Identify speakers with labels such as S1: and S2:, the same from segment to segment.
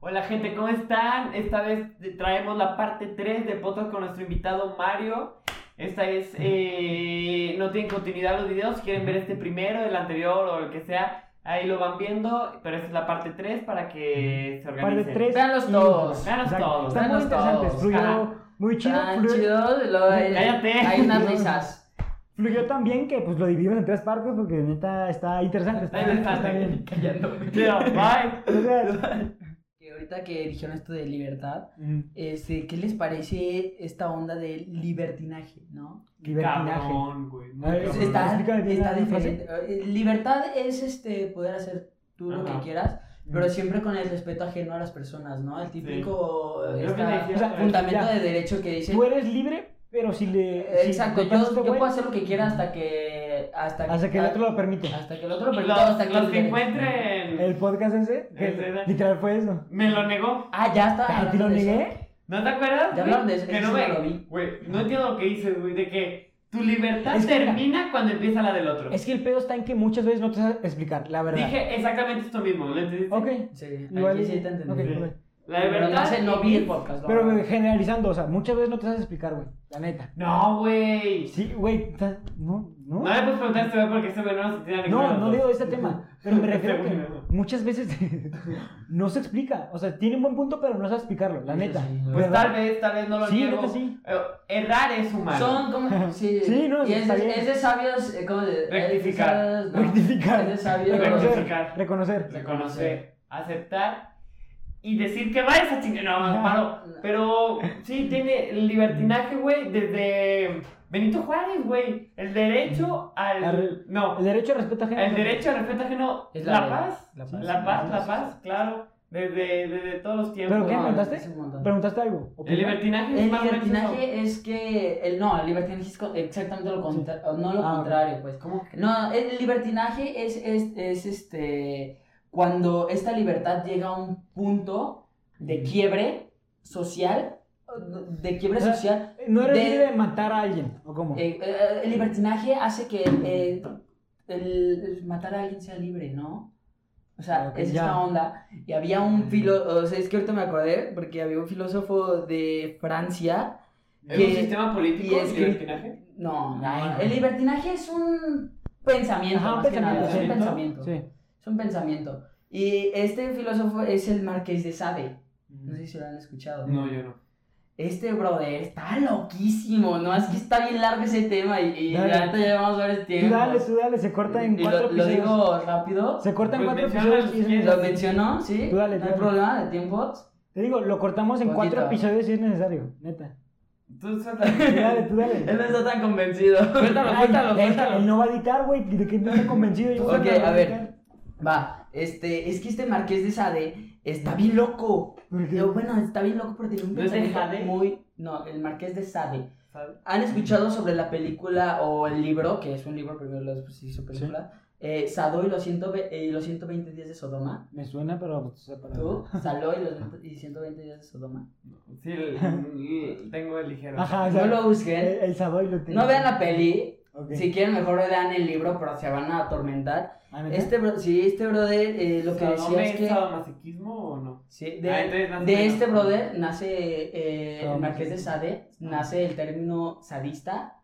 S1: Hola gente, ¿cómo están? Esta vez traemos la parte 3 de podcast con nuestro invitado Mario. Esta es, eh, no tienen continuidad los videos, si quieren ver este primero, el anterior o el que sea, ahí lo van viendo, pero esta es la parte 3 para que se organicen.
S2: Parte 3.
S3: Véanlos todos.
S1: Véanlos todos. ¿eh?
S2: Están muy
S3: Véanlos
S2: interesantes.
S3: todos. Ah,
S2: Fluyó
S1: Ajá.
S2: muy chido.
S3: Tan
S2: Fluyó,
S3: chido, luego hay,
S1: Cállate.
S3: hay unas risas.
S2: fluyó tan bien que pues lo dividimos en tres partes porque neta está interesante. Está,
S1: Ahí
S2: bien,
S1: está,
S2: está bien.
S3: Callando.
S1: Chido, bye.
S2: O sea,
S3: Que ahorita que dijeron esto de libertad, este, ¿qué les parece esta onda de libertinaje, no?
S2: libertinaje.
S1: Cabrón, güey. muy
S2: A ver,
S1: cabrón.
S2: sí
S3: Está,
S2: Explícame bien
S3: está
S2: la frase.
S3: diferente. Eh, Libertad es este poder hacer tú lo
S1: Ajá.
S3: que quieras, pero siempre con el respeto ajeno a las personas, ¿no? El típico
S1: Yo
S3: esta-
S1: me decía-
S2: o sea,
S3: fundamento
S2: ya.
S3: de derecho que dice. eh,
S2: Tú eres libre, pero si le. si
S3: Exacto,
S2: le
S3: yo,
S2: pasas este
S3: yo
S2: güey,
S3: puedo hacer lo que quiera hasta que hasta,
S2: Hasta que el otro lo permite.
S3: hasta que el otro lo permita, hasta
S1: Los,
S3: que
S1: los
S3: lo
S1: que
S3: libere.
S1: encuentren...
S2: El podcast ese, que
S1: Ese, ese.
S2: literal fue eso.
S1: Me lo negó.
S3: Ah, ya está.
S2: ¿A ti lo
S3: hablando de eso.
S2: negué?
S1: ¿No te acuerdas?
S3: Ya
S1: güey?
S3: hablaron de eso,
S1: Que
S3: eso
S1: no
S3: sí
S1: me-
S3: no lo vi.
S1: Güey, no entiendo lo que dices, güey, de que tu libertad
S2: Es que mira-
S1: termina cuando empieza la del otro.
S2: Es que el pedo está en que muchas veces no te sabes explicar, la verdad.
S1: Dije exactamente esto mismo, ¿lo entendiste?
S2: Ok.
S3: Sí,
S2: Igual
S3: aquí
S2: y-
S3: sí te entendí.
S2: ok,
S1: Sí.
S2: ok.
S1: La
S3: Pero
S1: libertad.
S3: no sé, no vi el podcast. la
S2: Pero
S3: verdad.
S2: güey, generalizando, o sea, muchas veces no te sabes explicar, güey. La neta.
S1: No, güey.
S2: Sí, güey, ta- no, no.
S1: No le puedes preguntar a este güey porque este güey no se tiene ninguna
S2: No, no
S1: razón.
S2: digo este tema, pero me refiero a
S1: Este güey,
S2: que
S1: no.
S2: muchas veces no se explica. O sea, tiene un buen punto, pero no sabe explicarlo, la
S3: Eso
S2: neta.
S3: sí,
S2: ¿Verdad?
S1: Pues tal vez, tal vez no lo
S2: Sí,
S1: niego.
S2: neta, sí.
S1: Eh, Errar es humano.
S3: Son como. Sí,
S2: Sí, no,
S3: y es,
S2: está bien.
S3: es de sabios. eh, ¿Cómo de,
S1: Rectificar.
S3: Es de sabios, no,
S2: Rectificar.
S3: Es de sabios.
S2: Reconocer.
S1: Rectificar.
S2: Reconocer.
S1: Reconocer, aceptar y decir que vayas a chingar. No,
S2: Ajá.
S1: paro. Pero sí, tiene el libertinaje, güey, desde Benito Juárez, güey. El derecho al.
S2: Al-
S1: no,
S2: El derecho a respeto ajeno.
S1: el derecho al respeto ajeno.
S3: Es
S1: la,
S3: la ley.
S1: paz, la
S3: La
S1: paz.
S3: paz.
S1: La paz,
S3: Sí, sí, sí.
S1: claro. Desde, desde todos los tiempos.
S2: ¿Pero qué
S3: No,
S2: preguntaste?
S3: es un montón.
S2: Preguntaste algo.
S1: El libertinaje
S3: El
S1: más o menos eso.
S3: libertinaje es que. El, no, el libertinaje es co- exactamente lo contrario. No lo
S2: Ah, ok.
S3: contrario, pues.
S1: ¿Cómo que?
S3: No, el libertinaje es, es, es este. Cuando esta libertad llega a un punto de quiebre social. De quiebre
S2: O sea,
S3: social.
S2: No eres
S3: de-
S2: libre de matar a alguien, ¿o cómo?
S3: Eh, eh, el libertinaje hace que eh, el matar a alguien sea libre, ¿no? O sea,
S2: Ok,
S3: es
S2: ya.
S3: esta onda. Y había un filósofo, o sea, es que ahorita me acordé, porque había un filósofo de Francia.
S1: ¿Es
S3: que-
S1: un sistema político
S3: y es
S1: el
S3: que-
S1: libertinaje?
S3: No,
S2: Ay.
S3: el libertinaje es un pensamiento.
S2: Ah. Ajá, un
S3: más que nada,
S2: pensamiento,
S3: es un
S2: sí.
S3: pensamiento.
S2: Sí.
S3: Es un pensamiento. Y este filósofo es el Marqués de Sade. No sé si lo han escuchado.
S1: No, yo no.
S3: Este brother está loquísimo, ¿no? Es que está bien largo ese tema y, y
S2: Dale.
S3: la neta ya vamos a ver el
S2: Tú
S3: tiempo.
S2: dale, tú dale, se corta en
S3: Y
S2: cuatro
S3: lo, lo
S2: episodios.
S3: digo rápido.
S2: Se corta en
S1: Pues
S2: cuatro
S1: menciona
S2: episodios.
S1: si
S2: y es
S1: quieres.
S3: Lo
S2: necesario.
S3: mencionó, ¿sí?
S2: Tú dale,
S3: no hay
S2: dale.
S3: problema de tiempos.
S2: Te digo, lo cortamos en
S3: Poquito.
S2: cuatro episodios si es necesario, neta.
S1: Tú
S2: Tú dale, tú
S3: Él
S2: dale.
S3: no está tan convencido.
S1: Cuéntalo, cuéntalo,
S2: Él-
S1: cuéntalo.
S2: Él no va a editar, güey, de que no está convencido. Yo
S3: Ok,
S2: creo que no va
S3: a ver.
S2: editar.
S3: Va, este, es que este marqués de Sade está bien loco.
S2: ¿Por qué?
S3: Pero bueno, está bien loco porque tiene un
S1: ¿No es de
S3: pensamiento
S1: Jade?
S3: muy. No, el marqués de Sade.
S1: ¿Sabes?
S3: ¿Han escuchado sobre la película o el libro, que es un libro, primero lo después se hizo película? Eh, Sado y los, 120, eh, y los 120 días de Sodoma.
S2: Me suena, pero pues, sepa la-
S3: ¿Tú? Sado y los 20 y 120 días de Sodoma.
S1: Sí, el- tengo el ligero.
S2: Ajá, o sea, eh,
S3: No lo
S2: el,
S3: busquen.
S2: el Sadoy lo tiene.
S3: No vean la peli.
S2: Ok.
S3: Si quieren, mejor lean el libro, pero se van a atormentar.
S2: Ah, ¿neta?
S3: Este, bro, sí, este brother, eh, lo que
S1: ¿Sadome
S3: decía es
S1: es
S3: que...
S1: sadomasoquismo o no?
S3: Sí,
S1: Ah, entonces
S3: de,
S1: nace
S3: de
S1: menos.
S3: este brother nace eh,
S2: Sadomasoquista.
S3: el marqués de Sade,
S2: Ah.
S3: nace el término sadista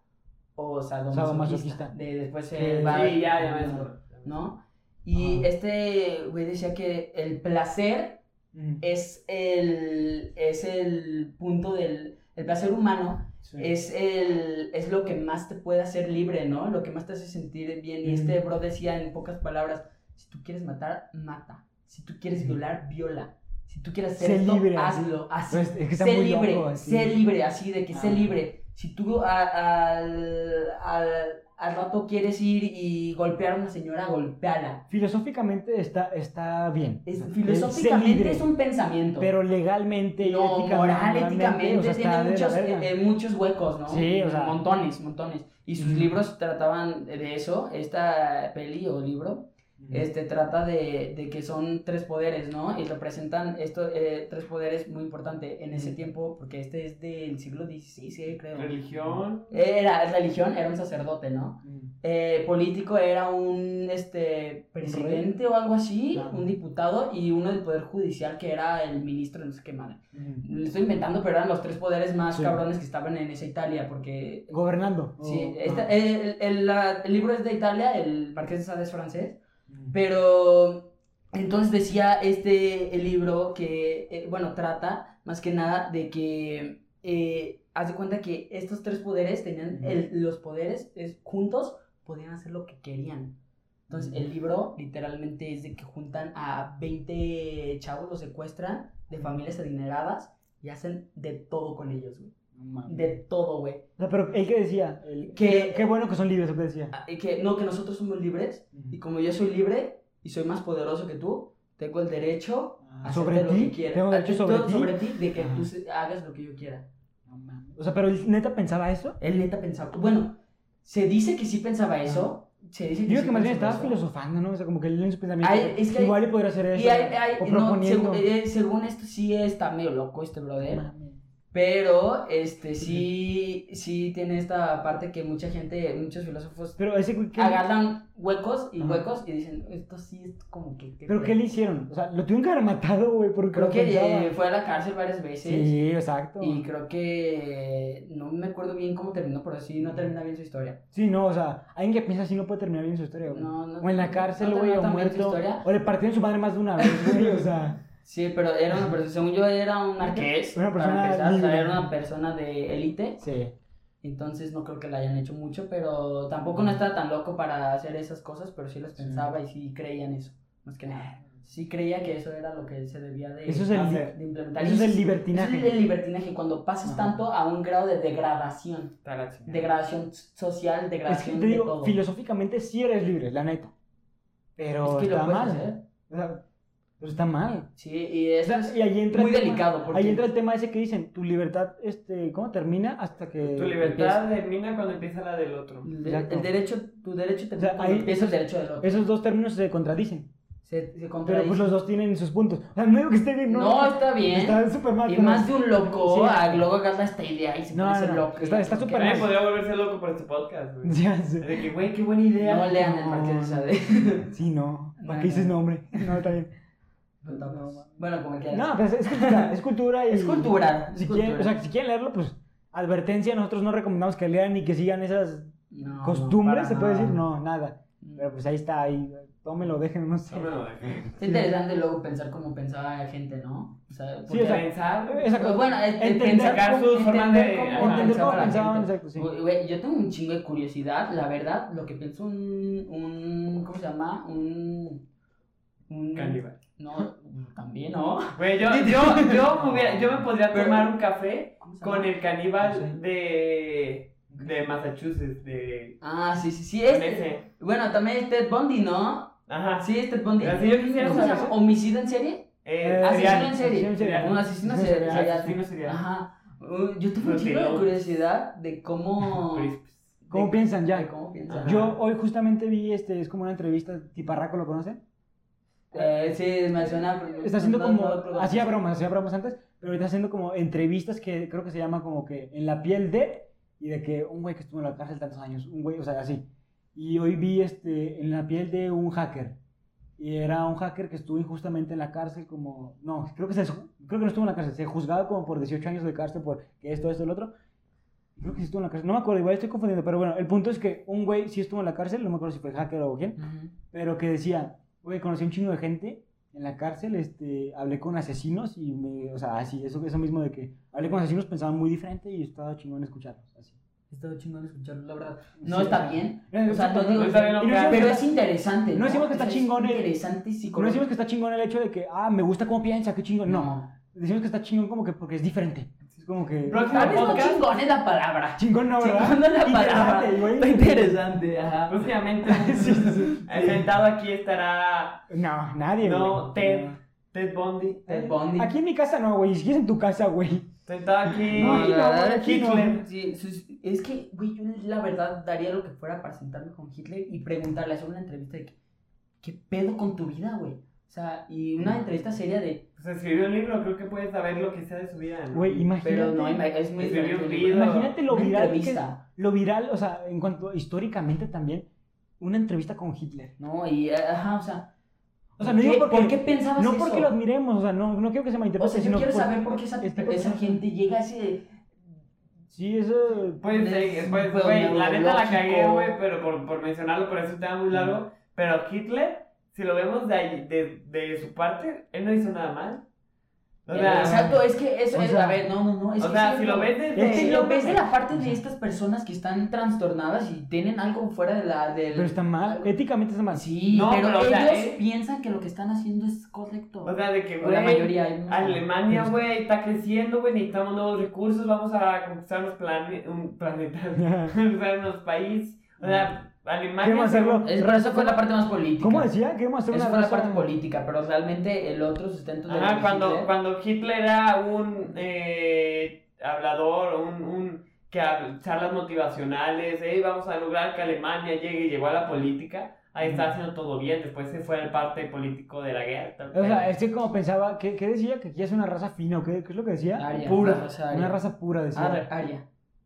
S3: o
S2: Sadomasoquista.
S3: sadomasoquista. De, después se
S2: Que-
S3: va...
S1: Sí, ya, ya me acuerdo.
S3: ¿No? Y
S2: Ajá.
S3: este güey decía que el placer
S2: Mm,
S3: es el, es el punto del... El placer humano
S2: sí.
S3: es, el, es lo que más te puede hacer libre, ¿no? Lo que más te hace sentir bien. Y este bro decía en pocas palabras, si tú quieres matar, mata. Si tú quieres violar, viola. Si tú quieres hacer
S2: Sé
S3: esto,
S2: libre, así.
S3: hazlo. Así.
S2: Pues, es que está
S3: sé
S2: muy
S3: libre,
S2: loco, así.
S3: sé libre, así de que sé
S1: Ah.
S3: libre. Si tú a- al, al, al rato quieres ir y golpear a una señora, golpeala.
S2: Filosóficamente está, está bien.
S3: Es-
S2: O sea, es- sé
S3: filosóficamente
S2: libre,
S3: es un pensamiento.
S2: Pero legalmente, y
S3: no,
S2: éticamente,
S3: moral,
S2: moralmente,
S3: éticamente,
S2: o sea, está
S3: tiene
S2: de la
S3: muchos,
S2: verga.
S3: eh, eh, muchos huecos, ¿no?
S2: Sí, o sea.
S3: Montones, montones. Y sus
S2: Ujú.
S3: libros trataban de eso, esta peli o libro.
S2: Mm,
S3: Este, trata de, de que son tres poderes, ¿no? Y representan estos eh, tres poderes muy importante en ese tiempo, porque este es del siglo XVI, creo.
S1: Religión.
S3: Era religión, era un sacerdote, ¿no?
S2: mm,
S3: Eh, político era un este presidente o algo así,
S2: Claro.
S3: un diputado y uno del poder judicial que era el ministro de no sé qué madre.
S2: mm.
S3: Lo estoy inventando, pero eran los tres poderes más
S2: Sí.
S3: cabrones que estaban en esa Italia porque
S2: Gobernando. o-
S3: sí, esta-
S2: Ajá.
S3: el, el- la- el libro es de Italia, el Marqués de Sade es francés,
S2: mm,
S3: pero entonces decía este el libro que eh, bueno, trata más que nada de que eh, haz de cuenta que estos tres poderes tenían
S2: Ujú.
S3: el- los poderes es, juntos podían hacer lo que querían. Entonces, el libro literalmente es de que juntan a 20 chavos, los secuestran de familias adineradas y hacen de todo con ellos, güey. De todo, güey.
S2: O sea, pero él que decía, El-
S3: Que-
S2: qué bueno que son libres, lo que decía.
S3: Ah, y Que no, que nosotros somos libres
S2: Mm.
S3: y como yo soy libre y soy más poderoso que tú, tengo el derecho a
S2: Ah,
S3: hacer
S2: ¿sobre
S3: lo
S2: ti?
S3: que quiera.
S2: ¿Tengo
S3: Ah,
S2: derecho
S3: yo
S2: sobre
S3: tengo
S2: ti?
S3: sobre ti de que
S2: Ajá.
S3: tú se- hagas lo que yo quiera.
S2: O sea, pero él neta pensaba eso.
S3: Él neta pensaba, bueno, se dice que sí pensaba eso, se dice
S2: Yo
S3: que
S2: creo
S3: sí
S2: que más bien
S3: pensaba
S2: estaba
S3: eso.
S2: filosofando, ¿no? O sea, como que él en su pensamiento.
S3: Ay, es que-
S2: igual y podría hacer eso.
S3: Y hay- hay-
S2: o
S3: no,
S2: proponiendo.
S3: según, eh, según esto sí está medio loco este brother. Pero este sí, sí tiene esta parte que mucha gente, muchos filósofos
S2: Pero ese güey, ¿qué-
S3: agarran huecos y
S2: Ajá.
S3: huecos y dicen, esto sí es como que... que-
S2: ¿Pero qué le hicieron? O sea, lo tuvieron que haber matado, güey, porque
S3: Creo
S2: lo
S3: que
S2: pensaba.
S3: eh, fue a la cárcel varias veces.
S2: Sí, exacto.
S3: Y creo que no me acuerdo bien cómo terminó, pero sí no termina bien su historia.
S2: Sí, no, o sea, alguien que piensa así no puede terminar bien su historia, güey.
S3: No, no-
S2: o en la cárcel,
S3: no
S2: güey, o
S3: terminó tan bien su
S2: muerto.
S3: historia.
S2: O le partieron su madre más de una vez, güey, o sea.
S3: Sí, pero era una persona, según yo era un arqués,
S2: Una persona
S3: para empezar, o sea,
S2: libre.
S3: era una persona de élite.
S2: Sí.
S3: Entonces no creo que la hayan hecho mucho, pero tampoco no estaba tan loco para hacer esas cosas, pero sí las
S2: Sí.
S3: pensaba y sí creían eso, más que nada. Sí creía que eso era lo que se debía de,
S2: Eso es el
S3: hacer,
S2: liber-
S3: de implementar.
S2: Eso es
S3: Y
S2: el
S3: eso
S2: libertinaje.
S3: es el libertinaje, cuando pasas
S2: Ajá.
S3: tanto a un grado de degradación, degradación social,
S2: Es que
S3: degradación
S2: te
S3: de
S2: digo,
S3: todo.
S2: filosóficamente sí eres libre, la neta. Pero
S3: Es que lo
S2: está
S3: puedes
S2: mal.
S3: hacer.
S2: O sea, pero está mal.
S3: Sí, y
S2: O
S3: eso
S2: sea,
S3: es
S2: y ahí entra
S3: muy
S2: el tema-
S3: delicado, porque
S2: Ahí entra el tema ese que dicen, tu libertad, este, ¿cómo termina? Hasta que...
S1: Tu libertad termina cuando empieza la del otro.
S3: el,
S2: Exacto.
S3: el derecho, tu derecho te
S2: O sea, ahí-
S3: empieza el derecho del otro.
S2: Esos dos términos se contradicen.
S3: se, se
S2: Pero
S3: contradice.
S2: pues los dos tienen sus puntos. O sea, no digo que esté bien, no.
S3: no, está bien.
S2: Está súper mal.
S3: Y
S2: pero-
S3: más de un loco,
S2: Sí.
S3: a luego agarra esta idea y se
S2: No,
S3: pone ese
S2: no,
S3: loco.
S2: está- está
S3: Porque-
S2: súper
S1: Nadie podría volverse loco por este podcast, güey.
S2: Ya sé.
S1: De
S3: pues,
S1: que, güey, qué buena idea.
S3: No lean el
S2: No,
S3: Marqués de
S2: no.
S3: Sade.
S2: Sí, no.
S3: No,
S2: ¿Para
S3: no.
S2: qué dices nombre? No, está bien.
S3: No tomas. bueno, como quieras.
S2: No, pues es cultura. Es cultura y...
S3: es cultura.
S2: Si
S3: es
S2: quieren,
S3: cultura.
S2: o sea, si quieren leerlo, pues advertencia, nosotros no recomendamos que lean ni que sigan esas
S3: No, no,
S2: costumbres,
S3: para
S2: se puede
S3: nada.
S2: decir, no, nada. Pero
S3: Mm.
S2: pues ahí está, ahí, tómelo, déjenlo, no sé.
S1: No me lo dejes.
S3: Es interesante luego pensar como pensaba la gente, ¿no? O sea, porque-
S2: o sea,
S1: Pensar.
S2: Esa cosa-
S3: bueno, es- es
S2: entender-
S3: pensar
S1: sacar
S3: cómo,
S1: su forma
S3: entender
S1: de-
S3: cómo
S1: ajá,
S2: entender cómo
S3: pensaba la
S2: pensaban,
S3: gente.
S2: exacto, sí.
S3: Güey, güey, yo tengo un chingo de curiosidad, la verdad, lo que pienso un, un ¿cómo se llama? Un, un
S1: Caníbal.
S3: No, también, ¿no?
S1: Güey, yo, yo, yo, me hubiera- yo me podría tomar un café
S3: ¿Cómo se
S1: con
S3: llama?
S1: el caníbal de, de Massachusetts, de...
S3: Ah, sí, sí, sí.
S1: Con
S3: este-
S1: ese.
S3: Bueno, también es Ted Bundy, ¿no?
S1: Ajá, sí.
S3: Sí, es Ted Bundy.
S1: Así yo quisiera
S3: ¿Cómo se
S1: saber.
S3: llama? ¿Homicida en serie?
S1: Eh,
S3: asesino
S1: serial.
S3: en serie.
S1: Serial.
S3: Un asesino
S2: Asesino
S3: serial.
S2: serial.
S1: Asesino serial.
S3: Ajá. Uh, Yo tuve un
S1: Pero
S3: chingo
S1: te
S3: de
S1: lo-
S3: curiosidad de cómo...
S1: Crisps.
S2: ¿Cómo
S3: de-
S2: piensan ya?
S3: de ¿Cómo piensan?
S1: Ajá.
S2: Yo hoy justamente vi, este, es como una entrevista, Tiparraco, ¿lo conocen?
S3: Eh, sí, me suena... pero-
S2: Está haciendo
S3: no,
S2: como,
S3: no, no, no.
S2: hacía bromas, hacía bromas antes, pero ahorita haciendo como entrevistas que creo que se llama como que en la piel de, y de que un güey que estuvo en la cárcel tantos años, un güey, o sea, así. Y hoy vi, este, en la piel de un hacker, y era un hacker que estuvo injustamente en la cárcel como, no, creo que, se, creo que no estuvo en la cárcel, se juzgaba como por 18 años de cárcel por que esto, esto, el otro. Creo que sí estuvo en la cárcel, no me acuerdo, igual estoy confundiendo, pero bueno, el punto es que un güey sí estuvo en la cárcel, no me acuerdo si fue hacker o quién,
S3: Ujú.
S2: pero que decía, güey, conocí un chingo de gente en la cárcel, este, hablé con asesinos y me, o sea, así, eso, eso mismo de que hablé con asesinos, pensaban muy diferente y estaba chingón escucharlos, así.
S3: Está chingón escucharlo, la verdad. No
S2: Sí,
S3: está
S2: o sea,
S3: bien.
S2: No,
S3: Eh, O sea, no
S2: no,
S3: digo...
S1: Pues, no está bien,
S2: y no
S1: ok.
S2: decimos-
S3: Pero es interesante.
S2: No decimos que está
S3: Es
S2: chingón el-
S3: Interesante y
S2: no decimos
S3: psicológico.
S2: que está chingón el hecho de que, ah, me gusta cómo piensa, qué chingón, no. Decimos que está chingón como que porque es diferente. Es como que... "Ah,
S1: Próximo
S3: Tal vez no
S1: podcast.
S3: chingón es la palabra.
S2: Chingón no, Ah, ¿verdad?
S3: Chingón no es la palabra.
S2: Interesante, güey.
S3: Está interesante, ajá.
S1: Próximamente,
S2: Sí, sí, sí.
S1: eh, sentado aquí estará
S2: No, nadie,
S1: No,
S2: güey.
S1: Ted. Ted Bundy.
S3: Ted Bundy.
S2: Aquí en mi casa no, güey, si quieres en tu casa, güey.
S1: Sentado aquí...
S2: No,
S3: No, la verdad,
S2: aquí no.
S1: Hitler.
S3: Sí, sus- es que, güey, yo la verdad daría lo que fuera para sentarme con Hitler y preguntarle, hacer una entrevista de que, ¿qué pedo con tu vida, güey? O sea, y
S2: Mm.
S3: una entrevista seria de,
S1: Pues escribió un libro, creo que puedes saber lo que sea de su vida. ¿no?
S2: Güey, imagínate.
S3: pero no, ima- es muy
S1: Escribió un
S3: diferente.
S1: libro.
S2: Imagínate lo
S3: Una
S2: viral, que es-
S3: entrevista.
S2: lo viral, o sea, en cuanto históricamente también, una entrevista con Hitler.
S3: No, y, eh, ajá, o sea.
S2: O sea, no digo
S3: ¿qué-
S2: porque-
S3: ¿Por qué pensabas
S2: No
S3: eso?
S2: porque lo admiremos, o sea, no, no quiero que se
S3: O
S2: malinterprete.
S3: sea, yo
S2: sino
S3: quiero
S2: por-
S3: saber por qué esa,
S2: este, por-
S3: esa gente llega a ese.
S2: Sí, eso.
S1: Pues, eh, pues,
S3: Pero
S1: güey, la neta la
S3: neurológico.
S1: cagué, güey, pero por, por mencionarlo, pero es un tema muy largo. Pero Hitler, si lo vemos de, ahí- de, de su parte, él no hizo nada mal. O sea,
S3: Exacto, es que eso
S2: o
S3: es.
S2: sea,
S3: a ver, no, no, no. Es
S1: o
S3: que
S1: sea
S3: es
S1: si
S3: cierto.
S1: lo ves desde...
S2: Es que
S3: Si lo ves de la parte
S2: Ajá.
S3: de estas personas que están trastornadas y tienen algo fuera de la. Del...
S2: Pero está mal, éticamente está mal.
S3: Sí,
S1: No,
S3: pero,
S1: pero, o
S3: ellos
S1: sea, eh.
S3: piensan que lo que están haciendo es correcto.
S1: O sea, de que,
S3: O la
S1: güey,
S3: mayoría. hay unos-
S1: Alemania, güey, está creciendo, güey, necesitamos nuevos recursos, vamos a conquistar unos plane- un planeta, conquistar unos países. O sea, Alemania...
S2: Queremos hacerlo.
S3: Es- pero eso fue la parte más política.
S2: ¿Cómo decía? Queremos hacer
S3: Eso
S2: una
S3: fue la
S2: raza-
S3: parte política, pero realmente el otro sustento de
S1: Ajá,
S3: la
S1: cuando,
S3: Hitler-
S1: cuando Hitler era un eh, hablador, un, un que hab- charlas motivacionales, "Ey, vamos a lograr que Alemania llegue y llegó a la política, ahí está haciendo todo bien, después se fue al parte político de la guerra. tal
S2: O sea,
S1: vez.
S2: es que como pensaba, ¿qué, qué decía? Que aquí es una raza fina, ¿o qué, qué es lo que decía?
S3: Aria,
S1: pura,
S3: o sea,
S2: Una raza pura, decía.
S3: Aria, Aria,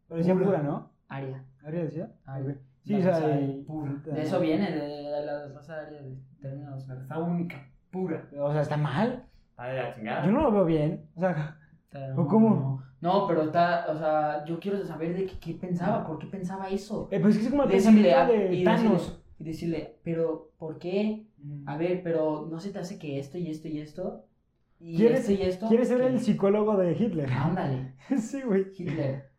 S2: Pero decía
S1: pura.
S2: pura, ¿no?
S3: Aria,
S2: ¿Aria decía?
S3: Aria.
S2: Sí,
S3: La
S2: o sea,
S3: Ah,
S2: eh,
S3: raza
S2: y-
S3: pura.
S2: puta,
S3: De eso
S2: ¿no?
S3: viene, de la raza Aria, de términos.
S1: Raza única, pura.
S2: O sea, está mal.
S1: Está de la chingada.
S2: Yo no lo veo bien. O sea,
S3: No,
S2: cómo?
S3: No, no, pero está, o sea, yo quiero saber de qué, qué pensaba, por qué pensaba eso.
S2: eh, pues es que es como el
S3: Decirle
S2: pensamiento
S3: a-
S2: de
S3: y
S2: Thanos. Mm.
S3: decirle- y decirle, pero ¿por qué? A ver, pero ¿no se te hace que esto y esto y esto? Y
S2: ¿Quieres-
S3: esto y esto.
S2: ¿Quieres ser
S3: que-
S2: el psicólogo de Hitler?
S3: Ándale,
S2: sí, güey.
S3: Hitler.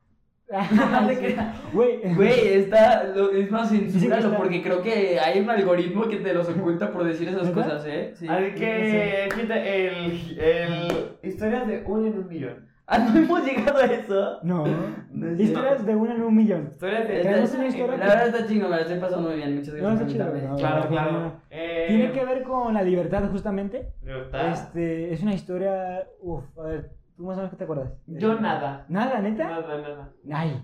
S2: Güey.
S3: Güey, está, lo- es más
S2: Sí,
S3: censúralo
S2: está.
S3: porque creo que hay un algoritmo que te los oculta por decir esas
S2: ¿Verdad?
S3: cosas, ¿eh? Sí.
S1: Así que, fíjate, el, el- historias de uno en un millón.
S3: Ah, no hemos llegado a eso.
S2: No.
S3: No es
S2: Historias de una en un millón.
S1: Historias de...
S2: Tenemos una
S3: La
S2: historia
S3: verdad está chingo, me la estoy pasando muy bien. Muchas
S2: No,
S3: gracias
S2: está chido.
S3: invitarme.
S2: no,
S1: Claro,
S2: no,
S1: claro.
S2: no.
S1: Eh,
S2: Tiene que ver con la libertad, justamente.
S1: libertad.
S2: Este, es una historia. Uf, a ver, tú más o menos qué te acuerdas. Eh,
S1: Yo nada.
S2: Nada, neta.
S1: Nada, nada.
S2: Ay,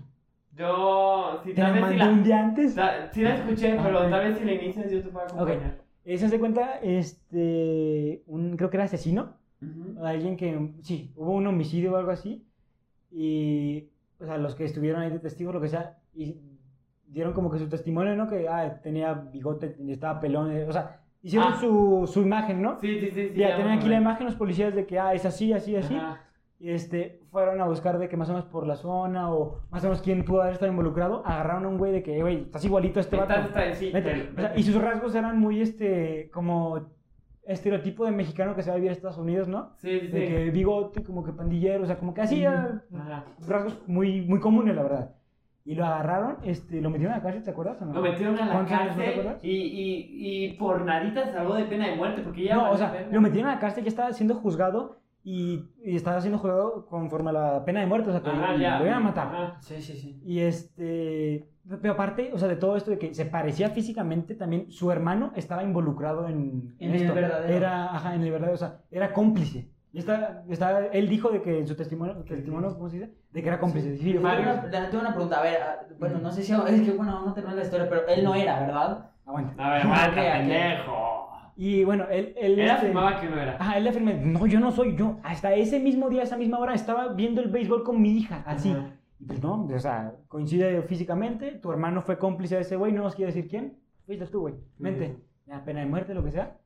S1: Yo, si
S2: te
S1: tal
S2: la
S1: vez si
S2: mandé
S1: la,
S2: un día antes.
S1: ta- sí la escuché,
S2: Ah,
S1: pero
S2: ok.
S1: tal vez si la inicias yo te puedo acompañar.
S2: Eh, ¿Se hace cuenta? Este. Un, creo que era asesino.
S1: Ujú.
S2: Alguien que. Sí, hubo un homicidio o algo así. Y. O sea, los que estuvieron ahí de testigos, lo que sea. Y dieron como que su testimonio, ¿no? Que ah, tenía bigote, estaba pelón. eh, O sea, hicieron
S1: Ah.
S2: su, su imagen, ¿no?
S1: Sí, sí, sí. sí
S2: ya tienen
S1: vamos
S2: aquí
S1: a
S2: la
S1: ver.
S2: imagen los policías de que ah, es así, así, así.
S1: Ajá.
S2: Y, Este, fueron a buscar de que más o menos por la zona o más o menos quién pudo haber estado involucrado. Agarraron a un güey de que, güey, estás igualito a este vato.
S1: Estás- estás- sí,
S2: Neta,
S1: pero-
S2: o sea, y sus rasgos eran muy este, como estereotipo de mexicano que se va a vivir en Estados Unidos, ¿no?
S1: sí, sí,
S2: De
S1: sí.
S2: que bigote, como que pandillero, o sea, como que así eran
S1: Ajá.
S2: rasgos muy, muy comunes, la verdad. Y lo agarraron, este, lo metieron a la cárcel, ¿te acuerdas o no?
S1: Lo metieron a la
S2: ¿Cuántos años, no te
S1: cárcel
S2: acuerdas?
S1: y, y, y por nadita se salvó de pena de muerte porque ya...
S2: no,
S1: valió
S2: o sea,
S1: verga.
S2: lo metieron a la cárcel, ya estaba siendo juzgado y, y estaba siendo juzgado conforme a la pena de muerte, o sea, que
S1: Ajá,
S2: lo
S1: ya.
S2: iban a matar.
S1: Ajá.
S3: Sí, sí, sí.
S2: Y este, pero aparte, o sea, de todo esto de que se parecía físicamente, también su hermano estaba involucrado en,
S3: En el
S2: esto.
S3: verdadero.
S2: Era, ajá, en el verdadero, o sea, era cómplice. Y está, está, él dijo de que en su testimonio, testimonio, ¿cómo se dice? De que era cómplice. Sí,
S3: Yo
S2: fue-
S3: tengo una, tengo una pregunta, a ver, ah, bueno, no sé si es que bueno, aún no terminé la historia, pero él no era, ¿verdad?
S2: aguanta.
S1: A ver, mata,
S3: Ok, ok.
S1: pendejo.
S2: Y bueno, él, él,
S1: Él
S2: este,
S1: afirmaba que no era.
S2: ajá, él afirma, no, yo no soy yo. Hasta ese mismo día, esa misma hora, estaba viendo el béisbol con mi hija, así.
S1: Ajá.
S2: Y pues no, o sea, coincide físicamente, tu hermano fue cómplice de ese güey, no nos quiere decir quién, fuiste tú, güey, mente, la pena de muerte, lo que sea.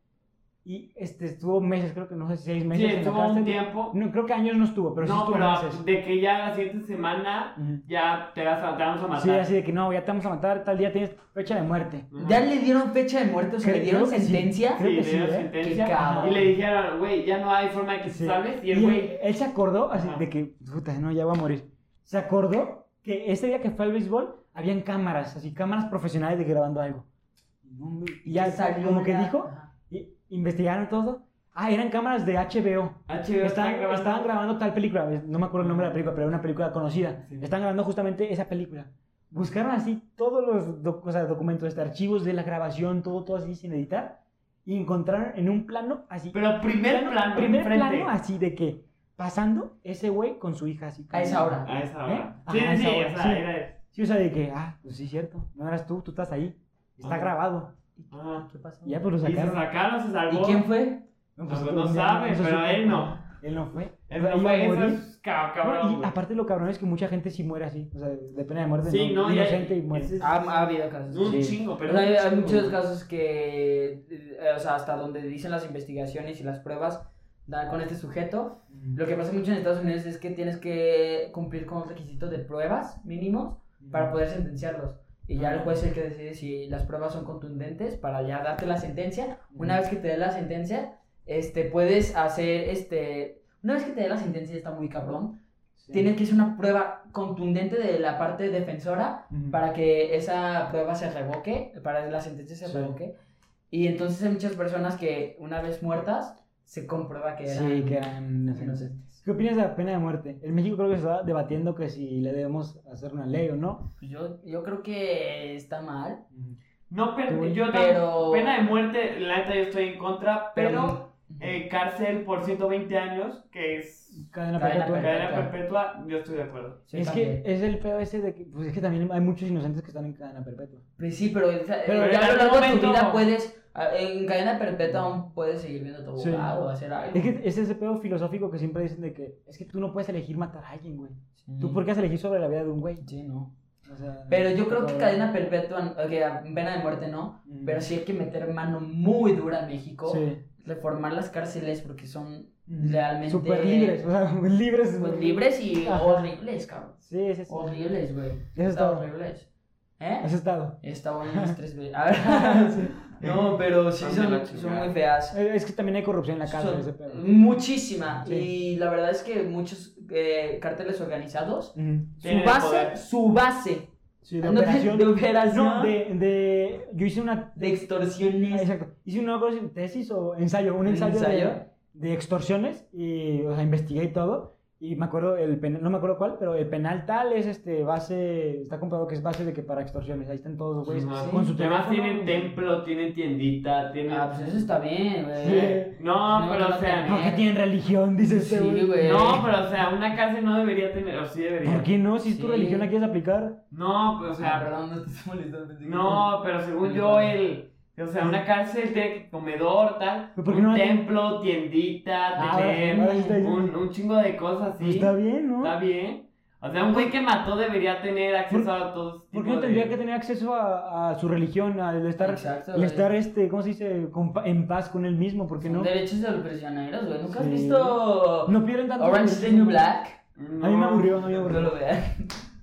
S2: Y este estuvo meses, creo que no sé, seis
S1: Sí,
S2: meses en la
S1: estuvo
S2: cárcel.
S1: un tiempo.
S2: No, creo que años no estuvo, pero sí
S1: no,
S2: estuvo
S1: pero
S2: meses.
S1: de que ya la siguiente semana
S2: Ujú.
S1: ya te vas a, te vamos a matar.
S2: Sí, así de que no, ya te vamos a matar, tal día tienes fecha de muerte.
S1: Ajá.
S3: ¿Ya le dieron fecha de muerte? O sea,
S2: Creo-
S3: ¿le dieron
S2: creo que sí.
S3: sentencia?
S2: Creo
S1: Sí,
S2: que
S1: le
S2: sí,
S1: dieron
S2: ¿eh?
S1: sentencia
S3: Qué cabrón.
S1: y le dijeron, güey, ya no hay forma de que te
S2: Sí.
S1: salves. Y
S2: Y
S1: el
S2: él,
S1: güey,
S2: él se acordó así
S1: Ajá.
S2: de que, puta, no, ya voy a morir. Se acordó que ese día que fue al béisbol, habían cámaras, así, cámaras profesionales de grabando algo. Y ya salió, como que
S3: la-
S2: dijo,
S3: Ajá.
S2: Y investigaron todo. Ah, eran cámaras de HBO.
S1: HBO
S2: Estaban,
S1: está Ah, grabando.
S2: estaban grabando tal película. No me acuerdo el nombre de la película, pero era una película conocida.
S1: Sí.
S2: Estaban grabando justamente esa película. Buscaron así todos los doc- o sea, documentos, este, archivos de la grabación, todo, todo así sin editar. Y encontraron en un plano así.
S1: Pero primer plano,
S2: primer
S1: enfrente.
S2: plano así de que pasando ese güey con su hija así.
S3: A esa hora.
S1: A esa hora.
S2: ¿Eh?
S1: Sí,
S2: Ajá, a
S1: sí,
S2: esa
S1: sí,
S2: hora,
S1: o sea,
S2: sí.
S1: era eso.
S2: Sí, o sea, de que, ah, pues sí, cierto. No eras tú, tú estás ahí. Está
S1: Ajá.
S2: grabado.
S3: ¿Y qué,
S1: Ajá.
S3: qué pasó?
S2: Y ya pues lo
S1: "Ah". Y se
S2: sacaron.
S1: sacaron, se
S3: ¿Y
S1: salvó.
S3: quién fue?
S2: No,
S1: Pues,
S2: tú-
S1: no
S2: ya,
S1: sabe,
S2: eso
S1: pero
S2: supe.
S1: él no.
S2: Él no fue.
S1: Eso,
S2: Iba a
S1: fue, eso
S2: morir.
S1: es ca-
S2: No,
S1: cabrón.
S2: y
S1: güey.
S2: aparte lo cabrón es que mucha gente sí muere así. O sea, de pena de muerte.
S1: Sí, no, ya-
S2: Inocente y muere.
S1: ese es-
S3: Ha, ha habido casos.
S1: Un
S3: sí.
S1: chingo,
S3: Pero
S1: pero.
S3: hay,
S1: un
S3: hay
S1: chingo.
S3: muchos casos que, eh, o sea, hasta donde dicen las investigaciones y las pruebas da con este sujeto. Lo que pasa mucho en Estados Unidos es que tienes que cumplir con un requisito de pruebas mínimos para poder sentenciarlos. Y ya el juez es el que decide si las pruebas son contundentes para ya darte la sentencia. Una vez que te dé la sentencia, este, puedes hacer, este, una vez que te dé la sentencia está muy cabrón,
S2: Sí.
S3: tienes que hacer una prueba contundente de la parte defensora
S2: Ujú.
S3: para que esa prueba se revoque, para que la sentencia se
S2: Sí.
S3: revoque. Y entonces hay muchas personas que una vez muertas se comprueba que eran
S2: Sí, que eran inocentes.
S3: inocentes.
S2: ¿Qué opinas de la pena de muerte? En México creo que se está debatiendo que si le debemos hacer una ley o no.
S3: Pues Yo, yo creo que está mal,
S1: No, pero
S2: Uy,
S1: yo tampoco.
S3: pero...
S1: Pena de muerte, la neta yo estoy en contra, pero eh, cárcel por 120 años, que es
S2: Cadena,
S3: Cadena
S2: perpetua.
S3: perpetua.
S1: cadena perpetua, yo estoy de acuerdo.
S3: Sí,
S2: Es
S3: también.
S2: que es el pedo ese de que, pues es que también hay muchos inocentes que están en cadena perpetua.
S3: Pues sí, pero, esa-
S2: Pero
S3: eh,
S1: en
S3: ya a lo
S1: algún
S3: largo de tu
S1: momento-
S3: vida puedes... a- En cadena perpetua aún puedes seguir viendo a tu
S2: Sí.
S3: abogado o hacer algo.
S2: Es que es ese pedo filosófico que siempre dicen de que es que tú no puedes elegir matar a alguien, güey.
S3: Sí.
S2: ¿Tú por qué has elegido sobre la vida de un güey?
S3: Sí, no.
S2: O sea,
S3: Mm. Pero yo creo que
S2: todo-
S3: cadena perpetua, que pena de muerte no,
S2: Mm.
S3: pero sí hay que meter mano muy dura a México.
S2: Sí.
S3: reformar las cárceles porque son
S2: Mm.
S3: realmente
S2: Súper libres, o sea, libres.
S3: pues, libres y
S2: Ajá.
S3: horribles, cabrón.
S2: Sí, sí, sí.
S3: Horribles, güey.
S2: Eso es
S3: Está
S2: todo.
S3: horribles. ¿Eh?
S2: Has estado.
S3: Está bueno las tres veces. A ver.
S2: Sí.
S3: No, pero sí
S1: Son de la
S3: son,
S1: chingada.
S3: son muy feas.
S2: Eh, Es que también hay corrupción en la cárcel,
S3: Son
S2: ese pedo.
S3: muchísima.
S2: Sí.
S3: Y la verdad es que muchos eh, cárteles organizados,
S2: Mm.
S1: Tienen
S3: su
S1: el
S3: base,
S1: poder.
S3: su base
S2: Sí, de
S3: Ah, no, de-
S2: operación.
S3: de operación,
S2: No, de, de- Yo hice una.
S3: de extorsiones.
S2: Ah, Exacto. Hice una cosa, tesis o ensayo, un
S3: ¿Un
S2: ensayo,
S3: ensayo?
S2: De, de extorsiones y, o sea, investigué y todo. Y me acuerdo, el penal, no me acuerdo cuál, pero el penal tal es este, base, está comprobado que es base de que para extorsiones, ahí están todos los güeyes.
S1: Ajá.
S2: Con su
S1: Además
S2: teléfono.
S1: tienen templo, tienen tiendita, tienen...
S3: Ah, pues eso está bien, güey.
S2: Sí.
S1: No,
S3: No,
S1: pero
S3: no
S1: o sea...
S2: No, que tienen religión, dice este
S3: Sí,
S2: güey.
S3: güey.
S1: No, pero o sea, una cárcel no debería tener, o sí debería.
S2: ¿Por qué no? Si es tu
S3: Sí.
S2: religión la quieres aplicar.
S1: No, pues, o
S3: Ah,
S1: sea,
S3: perdón, no te estoy molestando. pensé que-
S1: no, pero según yo, el... O sea, una cárcel tiene comedor, tal,
S2: ¿Pero por qué
S1: un
S2: no la-
S1: templo, tiendita,
S2: Ah,
S1: tener
S2: ahora sí está diciendo-
S1: un, un chingo de cosas,
S2: Pues
S1: sí.
S2: está bien, ¿no?
S1: Está bien. O sea, un güey que mató debería tener acceso a todos.
S2: ¿Por qué no tendría que tener acceso a, a su religión, al estar,
S3: Exacto,
S2: al
S3: güey.
S2: estar este, ¿cómo se dice? Compa- en paz con él mismo, ¿por qué
S3: Son
S2: no?
S3: derechos de los prisioneros, güey. ¿Nunca has
S2: Sí.
S3: visto
S2: No pierden tanto.
S3: Orange is the New Black?
S2: A mí me aburrió, a mí me
S3: No
S2: aburrió.
S3: lo veas.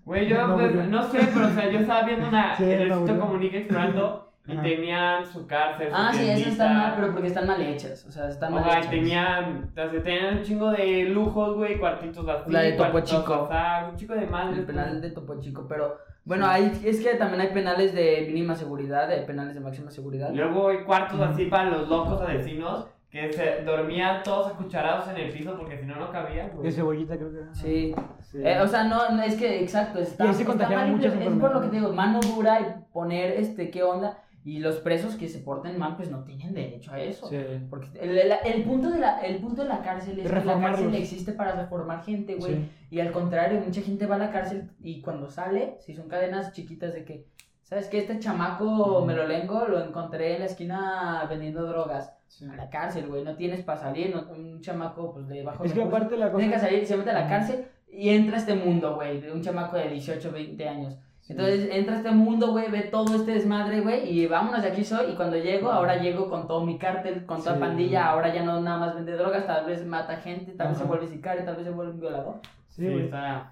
S1: Güey, yo
S2: No,
S1: pues,
S2: güey.
S1: no sé, pero o sea, yo estaba viendo una.
S2: Sí,
S1: el
S2: no,
S1: Luisito
S2: güey.
S1: comunica explorando y
S2: Ajá.
S1: tenían su cárcel. su
S3: Ah, sí, esas
S1: tiendita.
S3: están mal, pero porque están mal hechas. O sea, están mal
S1: O sea,
S3: hechas.
S1: tenían, o sea, tenían un chingo de lujos, güey, cuartitos así.
S3: La de Topo
S1: cuartitos
S3: Chico.
S1: asá, un chico de madre.
S3: El penal de Topo Chico, pero... Bueno, hay, es que también hay penales de mínima seguridad, hay penales de máxima seguridad.
S1: Luego hay cuartos así para los locos asesinos que se dormían todos acucharados en el piso porque si no, no cabían, güey.
S2: De cebollita, creo que era.
S3: Sí.
S2: Sí.
S3: Eh, o sea, no, no, es que, exacto, está,
S2: Y así
S3: está
S2: contagiaba
S3: mal
S2: muchas
S3: implemen- es por lo que
S2: enfermedades.
S3: te digo, mano dura y poner, este, qué onda, y los presos que se porten mal, pues no tienen derecho a eso.
S2: Sí.
S3: Porque el, el- el punto de la, el punto de la cárcel es que la
S2: Reformarlos.
S3: cárcel existe para reformar gente, güey.
S2: Sí.
S3: Y al contrario, mucha gente va a la cárcel y cuando sale, si son cadenas chiquitas de que, ¿sabes qué? Este chamaco
S2: Ujú.
S3: me lo lengo, lo encontré en la esquina vendiendo drogas.
S2: Sí.
S3: A la cárcel, güey, no tienes para salir, no- un chamaco pues de bajo
S2: Es que
S3: recurso
S2: aparte la cosa.
S3: tiene que salir, se mete a la
S2: Ujú.
S3: cárcel y entra a este mundo, güey, de un chamaco de 18, 20 años. Entonces entra a este mundo, güey, ve todo este desmadre, güey, y vámonos, de aquí soy. Y cuando llego, ahora llego con todo mi cártel, con toda
S2: Sí.
S3: pandilla, ahora ya no nada más vende drogas, tal vez mata gente, tal vez se
S2: Ajá.
S3: vuelve sicario, tal vez se vuelve un violador.
S2: Sí,
S1: Sí,
S2: güey.
S1: está.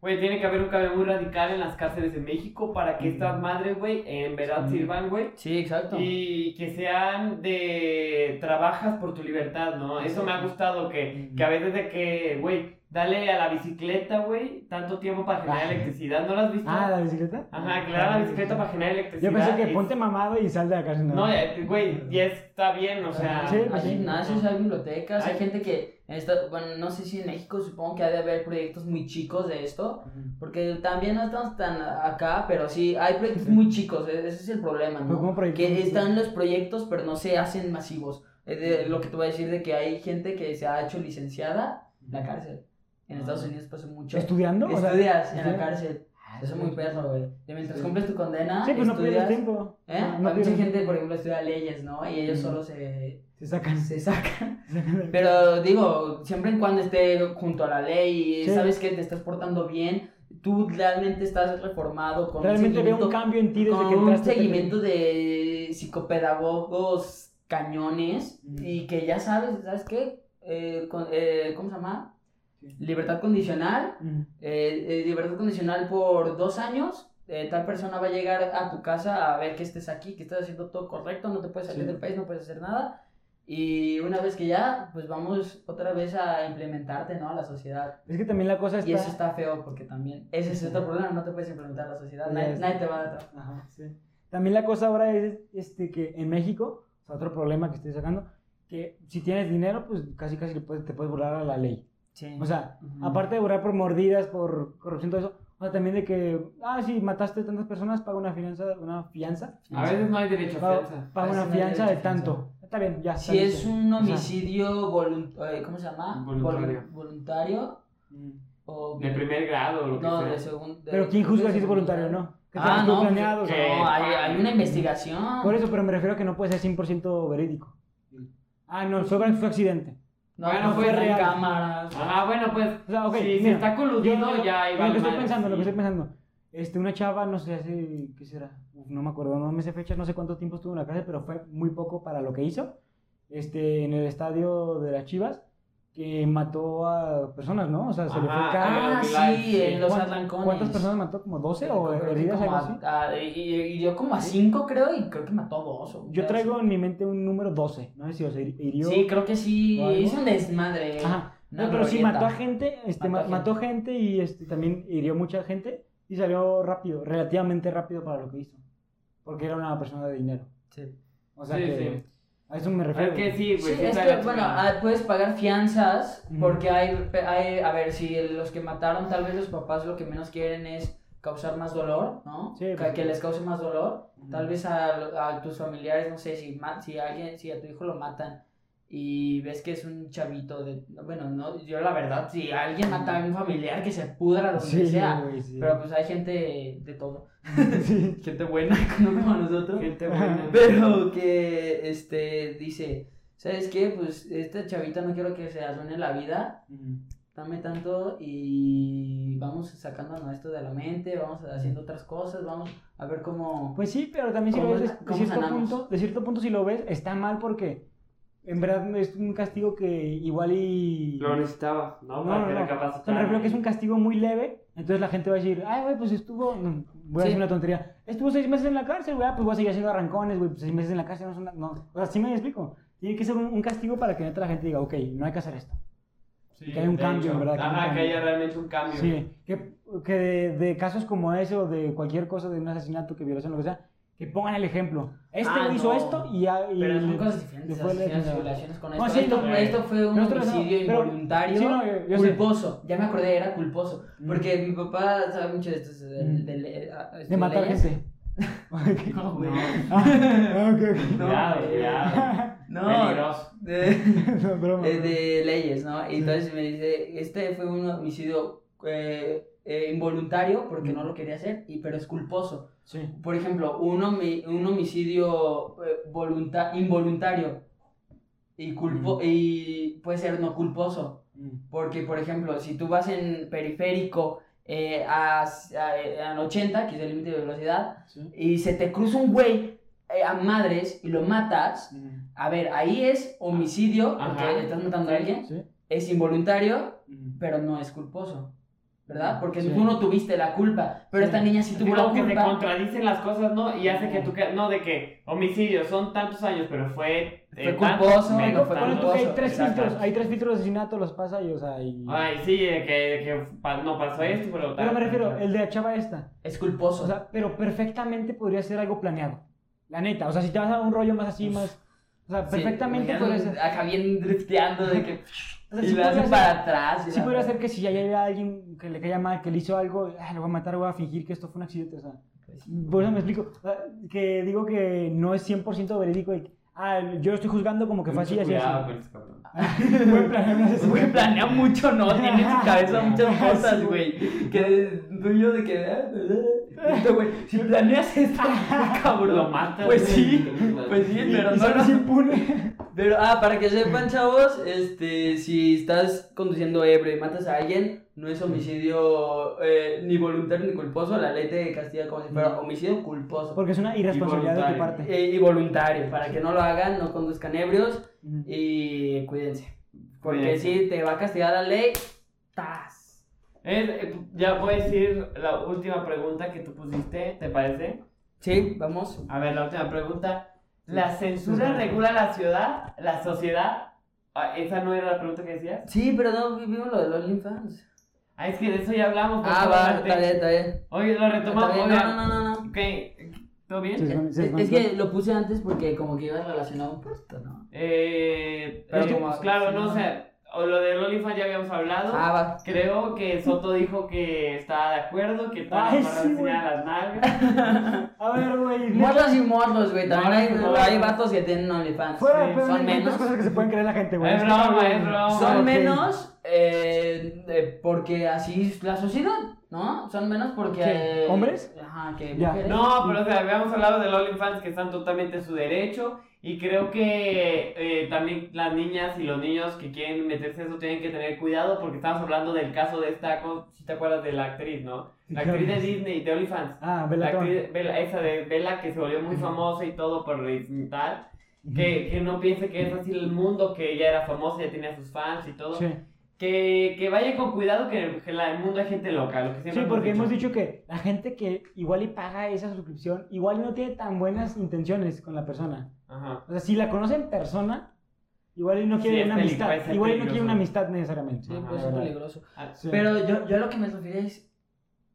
S1: Güey, tiene que haber un cambio muy radical en las cárceles de México para que estas madres, güey, en verdad
S2: Sí.
S1: sirvan, güey.
S3: Sí, exacto.
S1: Y que sean de trabajas por tu libertad, ¿no? Eso me ha gustado, que, que a veces de que, güey, dale a la bicicleta, güey, tanto tiempo para generar
S2: Ah.
S1: electricidad, ¿no lo has visto?
S2: Ah, la bicicleta.
S1: Ajá, que le da la bicicleta para generar electricidad.
S2: Yo pensé que
S1: es-
S2: ponte mamado y sal de la cárcel.
S1: No, ya, güey, ya está bien, o sea...
S2: Sí,
S3: Hay
S2: pues sí.
S3: gimnasios, hay bibliotecas, hay
S1: Hay-
S3: gente que, en esta- bueno, no sé si en México supongo que ha de haber proyectos muy chicos de esto,
S2: Ujú.
S3: Porque también no estamos tan acá, pero sí, hay proyectos muy chicos, e- ese es el problema,
S2: Pero
S3: ¿no?
S2: ¿cómo proyectos muy
S3: Que
S2: chicos?
S3: están los proyectos, pero no se hacen masivos. Es de lo que te voy a decir de que hay gente que se ha hecho licenciada en la cárcel. En Estados Unidos pasó mucho.
S2: ¿Estudiando? Ah. O sea,
S3: Estudias en la
S2: estudiando.
S3: cárcel.
S1: Ah,
S3: Eso es muy perro, güey. De mientras
S1: Sí.
S3: cumples tu condena,
S2: Sí, pues no pierdes
S3: estudias,
S2: tiempo.
S3: ¿eh?
S2: No, no
S3: Hay mucha
S2: pierdes-
S3: gente, por ejemplo, estudia leyes, ¿no? Y ellos
S2: Ujú.
S3: solo se,
S2: Se sacan.
S3: se sacan.
S2: se sacan de-
S3: Pero digo, siempre en cuando esté junto a la ley y
S2: Sí.
S3: sabes que te estás portando bien, tú realmente estás reformado con un
S2: Realmente veo
S3: seguimiento-
S2: un cambio en ti desde
S3: con
S2: que
S3: un
S2: entraste.
S3: seguimiento de psicopedagogos cañones
S2: Ujú.
S3: y que ya sabes, ¿sabes qué? Eh, con- eh, ¿Cómo se llama?
S2: Sí.
S3: Libertad condicional
S2: Ujú.
S3: eh, eh, libertad condicional por dos años. eh, tal persona va a llegar a tu casa a ver que estés aquí, que estás haciendo todo correcto, no te puedes salir
S2: Sí.
S3: del país, no puedes hacer nada. Y una vez que ya, pues vamos otra vez a implementarte, ¿no? A la sociedad.
S2: Es que también la cosa está...
S3: Y eso está feo porque también ese es
S2: Sí.
S3: otro problema, no te puedes implementar a la sociedad.
S2: Ya
S3: Nadie,
S2: es-
S3: nadie te va a dar trabajo.
S2: Ajá, sí. También la cosa ahora es este, que en México, o sea, otro problema que estoy sacando, que si tienes dinero, pues casi casi le puedes- te puedes burlar a la ley. O sea,
S3: Ujú.
S2: aparte de burlar por mordidas, por corrupción, todo eso, o sea, también de que, ah, si mataste tantas personas, paga una fianza, una fianza,
S1: A veces no hay derecho a
S2: paga,
S1: fianza.
S2: paga
S3: Parece
S2: una
S3: una ley
S2: fianza
S3: de
S2: de tanto. Está bien, ya.
S3: si
S2: está
S3: es
S2: bien.
S3: un
S2: O sea,
S3: homicidio voluntario, ¿cómo se llama? Volu-
S1: Voluntario.
S3: voluntario
S2: mm.
S3: o
S1: De primer grado o lo que
S3: No,
S1: sea.
S3: de segundo.
S2: Pero ¿quién juzga si es voluntario Eh, o no? Que
S3: Ah,
S2: tengas
S3: no,
S2: todo planeado, o sea,
S1: que-
S3: No, hay, hay una investigación.
S2: Por eso, pero me refiero a que no puede ser 100% verídico. Ah, no, sobra su accidente.
S3: No,
S1: Bueno,
S3: no
S1: fue
S3: fue
S2: real.
S3: cámaras.
S1: Ah, bueno, pues.
S2: O sea, ok,
S1: si, si
S2: mira,
S1: está coludido,
S2: yo- yo-
S1: ya iba
S2: Lo que estoy pensando, lo que estoy pensando. Este, una chava, no sé, hace, ¿qué será? Uf, no me acuerdo, no me sé fecha, no sé cuánto tiempo estuvo en la cárcel, pero fue muy poco para lo que hizo. Este, en el estadio de las Chivas, que mató a personas, ¿no? O sea, se le fue
S1: Ajá,
S2: el carro.
S3: Ah,
S1: Ah,
S3: sí,
S1: sí.
S3: en los
S2: ¿Cuántas-
S3: atlancones.
S2: ¿Cuántas personas mató? ¿Como 12 o
S3: Creo que
S2: heridas?
S3: como
S2: algo
S3: a-
S2: así?
S3: a- y, y- y dio como a cinco, creo, y creo que mató a dos. o un
S2: Yo
S3: pedazo.
S2: traigo en mi mente un número 12, no sé si os hir- hirió.
S3: Sí, creo que sí.
S2: ¿O algo?
S3: Hizo un desmadre.
S2: Ajá.
S3: una
S2: No, pero sí
S3: glorieta.
S2: mató a gente, este,
S3: Mató a
S2: ma- mató, gente. y este, también hirió mucha gente y salió rápido, relativamente rápido para lo que hizo. Porque era una persona de dinero.
S3: Sí.
S2: O sea
S1: Sí,
S2: que
S1: sí.
S2: a eso me refiero.
S1: Es que sí, güey.
S3: Sí,
S1: Pues sí
S3: es
S1: está
S3: que,
S1: gacho,
S3: bueno,
S1: ¿no?
S3: ah, puedes pagar fianzas
S2: Ujú.
S3: porque hay, hay, a ver, si los que mataron, tal vez los papás lo que menos quieren es causar más dolor, ¿no?
S2: Sí,
S3: que,
S2: pues,
S3: que les cause más dolor.
S2: Ujú.
S3: Tal vez a, a tus familiares, no sé, si, ma- si alguien, si a tu hijo lo matan y ves que es un chavito de, bueno, no, yo la verdad, si alguien mata a un familiar que se pudra donde
S2: Sí,
S3: sea,
S2: güey, sí.
S3: pero pues hay gente de todo,
S2: Sí.
S3: gente buena, no como nosotros.
S1: Gente buena.
S3: Pero que este dice, ¿sabes qué? Pues esta chavita no quiero que se arruine la vida, dame tanto y vamos sacándonos esto de la mente, vamos haciendo otras cosas, vamos a ver cómo...
S2: Pues sí, pero también si lo
S3: ¿Cómo
S2: ves de,
S3: sa-
S2: de
S3: cómo
S2: cierto
S3: sanamos?
S2: punto, de cierto punto si lo ves, está mal porque en verdad es un castigo que igual y...
S1: Lo necesitaba, ¿no?
S2: No,
S1: Para
S2: no,
S1: que
S2: no.
S1: recapacitara.
S2: Me refiero que es un castigo muy leve, entonces la gente va a decir, ay, güey, pues estuvo, no, voy a
S3: Sí.
S2: decir una tontería, estuvo seis meses en la cárcel, güey, ah, pues voy a seguir haciendo arrancones, güey, pues seis meses en la cárcel no son, no, o sea, sí me explico. Tiene que ser un, un castigo para que neta la gente diga, ok, no hay que hacer esto.
S1: Sí,
S2: que hay un
S1: de
S2: cambio,
S1: hecho.
S2: ¿verdad? Que hay un
S1: Ajá, que
S2: cambio.
S1: haya realmente un cambio.
S2: Sí, que, que de, de casos como ese o de cualquier cosa, de un asesinato, que violación, lo que sea, que pongan el ejemplo. Este
S3: Ah,
S2: güey hizo
S3: no.
S2: esto y... ya- y
S3: Pero son
S2: le-
S3: cosas diferentes,
S2: después le-
S3: asesinos y violaciones con
S2: No,
S3: esto.
S2: sí,
S3: esto,
S1: no,
S3: esto fue un
S2: nosotros no,
S3: homicidio
S2: pero-
S3: involuntario,
S2: Sí, no, yo- yo sé.
S3: culposo. Ya me acordé, era culposo.
S2: Mm.
S3: Porque mi papá sabe mucho de esto, de,
S2: Mm.
S3: de le- a- a-
S2: De matar
S3: eh, ah, este, leyes.
S2: gente.
S3: No, güey.
S2: Ah, ok, ok.
S3: No,
S1: Cuidado,
S3: güey.
S1: cuidado.
S3: No,
S1: Peligroso.
S3: de-
S2: No, broma,
S3: eh,
S2: broma.
S3: de leyes, ¿no? Y
S2: Sí.
S3: entonces me dice, este fue un homicidio eh, eh, involuntario porque
S2: Mm.
S3: no lo quería hacer, y, pero es culposo.
S2: Sí.
S3: Por ejemplo, un, homi- un homicidio eh, volunta- involuntario y, culpo
S2: Mm.
S3: y puede ser no culposo. Porque, por ejemplo, si tú vas en periférico eh, a, a- a 80, que es el límite de velocidad,
S2: Sí.
S3: y se te cruza un güey eh, a madres y lo matas,
S2: Mm.
S3: a ver, ahí es homicidio,
S1: Ajá.
S3: porque le estás matando a alguien,
S2: Sí.
S3: es involuntario,
S2: Mm.
S3: pero no es culposo, ¿verdad? Porque
S2: Sí.
S3: tú no tuviste la culpa, pero
S2: Sí.
S3: esta niña sí tuvo la
S1: Digo que se
S3: culpa.
S1: contradicen las cosas, ¿no? Y hace que tú... ca- No, de que homicidio son tantos años, pero fue...
S3: Fue
S1: eh,
S3: culposo,
S1: tanto, menos
S3: no fue
S2: Bueno,
S1: tanto.
S2: tú que hay tres
S1: Exacto.
S2: filtros, hay tres filtros de asesinato, los pasa y, o sea, y...
S1: Ay, sí, de que, de que pa- no pasó esto, pero...
S2: Pero me refiero, el de la chava esta,
S3: Es culposo.
S2: o sea, pero perfectamente podría ser algo planeado, la neta, o sea, si te vas a un rollo más así, más... O sea,
S3: Sí,
S2: perfectamente
S3: me
S2: podría
S3: quedo
S2: ser...
S3: Acá bien drifteando de que.
S2: O sea,
S3: y
S2: sí
S3: lo hace
S2: podría ser-
S3: para atrás. y
S2: Sí
S3: la-
S2: podría ser que si ya hay alguien que le caiga mal, que le hizo algo, ah, lo voy a matar, voy a fingir que esto fue un accidente, o sea... Por eso me explico. o sea, Que digo que no es 100% verídico. el que, Ah, el- yo estoy juzgando como que fue así,
S1: Mucho
S2: así,
S1: cuidado
S2: así.
S1: con ese cabrón.
S2: Buen plan, no sé si-
S1: Güey, planea mucho, ¿no? Tiene en su cabeza muchas
S2: Ajá,
S1: cosas,
S2: sí,
S1: güey. Que es tuyo de que.
S3: eh,
S1: Esto, güey. Si planeas esto, cabrón.
S4: Lo matas,
S1: Pues
S4: güey.
S1: sí,
S4: Lo
S1: pues sí,
S2: Y-
S1: pero
S2: y
S1: no
S2: sales
S1: lo-
S2: impune.
S3: Pero, ah, para que sepan, chavos, este, si estás conduciendo ebrio y matas a alguien, no es homicidio eh, ni voluntario ni culposo. La ley te castiga como si fuera homicidio culposo
S2: Porque es una irresponsabilidad de tu
S1: Involuntario.
S2: parte.
S3: eh, y voluntario. Para que no lo hagan, no conduzcan ebrios
S2: Ujú.
S3: y cuídense. Porque
S1: Cuídense.
S3: si te va a castigar la ley, ¡tas!
S1: Es- eh, ya voy a decir la última pregunta que tú pusiste, ¿te parece?
S3: Sí, vamos.
S1: A ver, la última pregunta. ¿La censura regula la ciudad, la sociedad? Ah, ¿Esa no era la pregunta que decías?
S3: Sí, pero no vivimos lo de los infans.
S1: Ah, es que de eso ya hablamos. por
S3: Ah,
S1: favor,
S3: va,
S1: Arte.
S3: está bien, está bien.
S1: Oye, lo
S3: Está
S1: retomamos.
S3: bien,
S1: oiga.
S3: No, no, no, no. no.
S1: Ok, ¿todo bien?
S2: Sí, sí.
S3: Es,
S2: Se
S3: es
S2: desconectó.
S3: que lo puse antes porque como que iba relacionado a un puesto, ¿no?
S1: Eh,
S3: Pero
S1: es que,
S3: como-
S1: pues, claro,
S3: sí,
S1: no,
S3: no.
S1: o sea, o lo de OnlyFans ya habíamos hablado.
S3: Ah, va.
S1: Creo que Soto dijo que estaba de acuerdo, que todas
S2: Ay,
S1: las morras
S2: sí, güey.
S1: enseñaban las nalgas.
S2: A ver, güey. neta,
S3: Morros y morros, güey. También hay,
S1: Morros y morros.
S3: hay vatos que tienen OnlyFans.
S2: Fuera de
S1: Sí,
S2: pedo,
S3: son
S2: hay
S3: menos.
S2: muchas cosas que se pueden creer la gente, güey.
S1: Es
S2: que
S1: broma,
S2: cabrón.
S1: es broma.
S3: Son
S2: Ok.
S3: menos eh, eh, porque así es la sociedad, ¿no? Son menos porque...
S2: ¿Qué? ¿Hombres?
S3: Ajá, que
S2: Ya.
S3: mujeres.
S1: No, pero o sea, habíamos hablado de los OnlyFans que están totalmente en su derecho. Y creo que eh, también las niñas y los niños que quieren meterse eso tienen que tener cuidado porque estamos hablando del caso de esta, si te acuerdas de la actriz, ¿no? La actriz de Disney, de OnlyFans.
S2: Ah,
S1: La
S2: Belatón.
S1: actriz Bella- esa de Bella que se volvió muy famosa y todo por el tal, que, que no piense que es así el mundo, que ella era famosa, ya tenía sus fans y todo.
S2: Sí.
S1: Que, que vaya con cuidado que en el, la- el mundo hay gente loca, lo que
S2: Sí,
S1: siempre
S2: porque hemos dicho que la gente que igual y paga esa suscripción, igual y no tiene tan buenas intenciones con la persona.
S1: Ajá.
S2: O sea, si la conoce en persona, igual y no
S1: Sí,
S2: quiere
S1: es
S2: una
S1: peligroso,
S2: amistad.
S1: es
S2: Igual y no quiere
S1: peligroso.
S2: una amistad necesariamente.
S3: Sí,
S1: Ajá,
S3: pues
S2: la
S3: es
S2: verdad.
S3: peligroso.
S1: Ah,
S2: Ah, Sí.
S3: Pero yo, yo lo que me refiero es...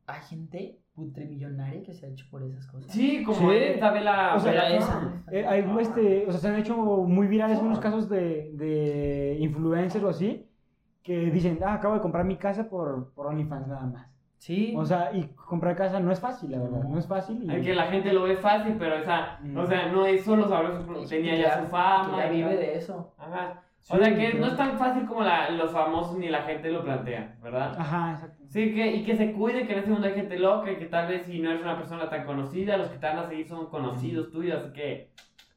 S3: Hay gente putrimillonaria que se ha hecho por esas cosas.
S1: Sí, como
S2: Sí.
S1: esta Bella.
S2: O sea,
S1: Bella
S2: la-
S1: esa.
S2: Eh, hay,
S1: Ah.
S2: este, o sea, se han hecho muy virales unos casos de, de influencers o así que dicen, ah, acabo de comprar mi casa por, por OnlyFans nada más.
S3: Sí.
S2: O sea, y comprar casa no es fácil, la verdad, no es fácil. y-
S1: Ay, que la gente lo ve fácil, pero esa,
S2: Mm.
S1: o sea, no es solo
S2: Pues
S1: sabroso, pues, tenía ya su fama.
S3: que ya
S1: y
S3: vive
S1: tal.
S3: de eso.
S1: Ajá.
S2: Sí,
S1: O sea, que
S2: claro.
S1: no es tan fácil como la- los famosos ni la gente lo plantea, ¿verdad?
S3: Ah.
S2: Ajá, exacto.
S1: Sí, que, y que se cuide que en este mundo hay gente loca y que tal vez si no eres una persona tan conocida, los que te van a seguir son conocidos tuyos, así que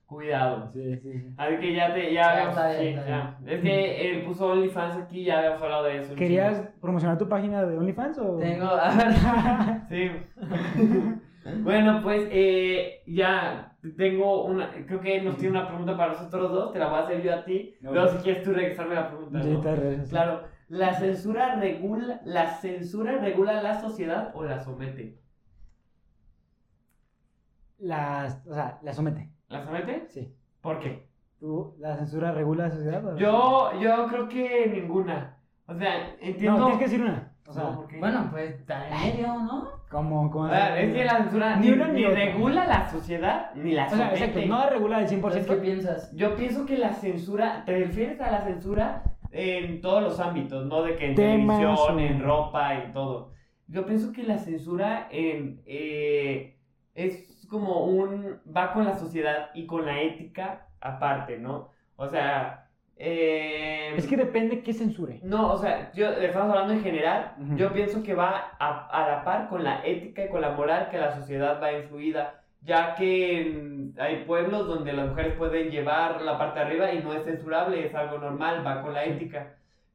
S1: cuidado.
S2: Mm. Sí, sí, sí.
S1: Así que ya te,
S3: Ya,
S1: ya, habíamos-
S3: está bien,
S1: sí,
S3: está
S1: ya. Es que él puso OnlyFans aquí ya habíamos hablado de eso. un
S2: ¿Querías promocionar tu página de OnlyFans o...?
S3: Tengo... A ver...
S1: chingo. Sí. bueno, pues eh, ya tengo una, creo que nos tiene una pregunta para nosotros dos, te la voy a hacer yo a ti.
S2: No,
S1: Luego
S2: no.
S1: si quieres tú regresarme la pregunta.
S2: Sí,
S1: ¿no?
S2: te regresas.
S1: Claro, ¿la censura regula la censura regula la sociedad o la somete?
S2: Las, o sea, la somete.
S1: ¿La somete?
S2: Sí.
S1: ¿Por qué?
S2: ¿Tú, la censura regula la sociedad? o-
S1: Yo, yo creo que ninguna. O sea,
S2: No,
S1: entiendo.
S2: tienes que decir una. O sea,
S1: No, ¿por qué?
S3: Bueno, pues está en medio, ¿no?
S2: como... como
S1: A ver, es que la censura
S2: Ni
S1: ni,
S2: una ni
S1: ni
S2: otra.
S1: regula la sociedad ni la
S2: O sea,
S1: somete.
S2: exacto, no regula al 100%.
S3: Entonces, Pues, ¿qué piensas?
S1: Yo pienso que la censura, te refieres a la censura en todos los ámbitos, ¿no? De que en
S2: Temas,
S1: televisión,
S2: o-
S1: en ropa, en todo. Yo pienso que la censura en, eh, es como un... va con la sociedad y con la ética aparte, ¿no? O sea... eh,
S2: Es que depende qué censure.
S1: No, o sea, yo estamos hablando en general.
S2: Ujú.
S1: Yo pienso que va a, a la par con la ética y con la moral que la sociedad va influida, ya que mm, hay pueblos donde las mujeres pueden llevar la parte de arriba y no es censurable, es algo normal, va con la ética.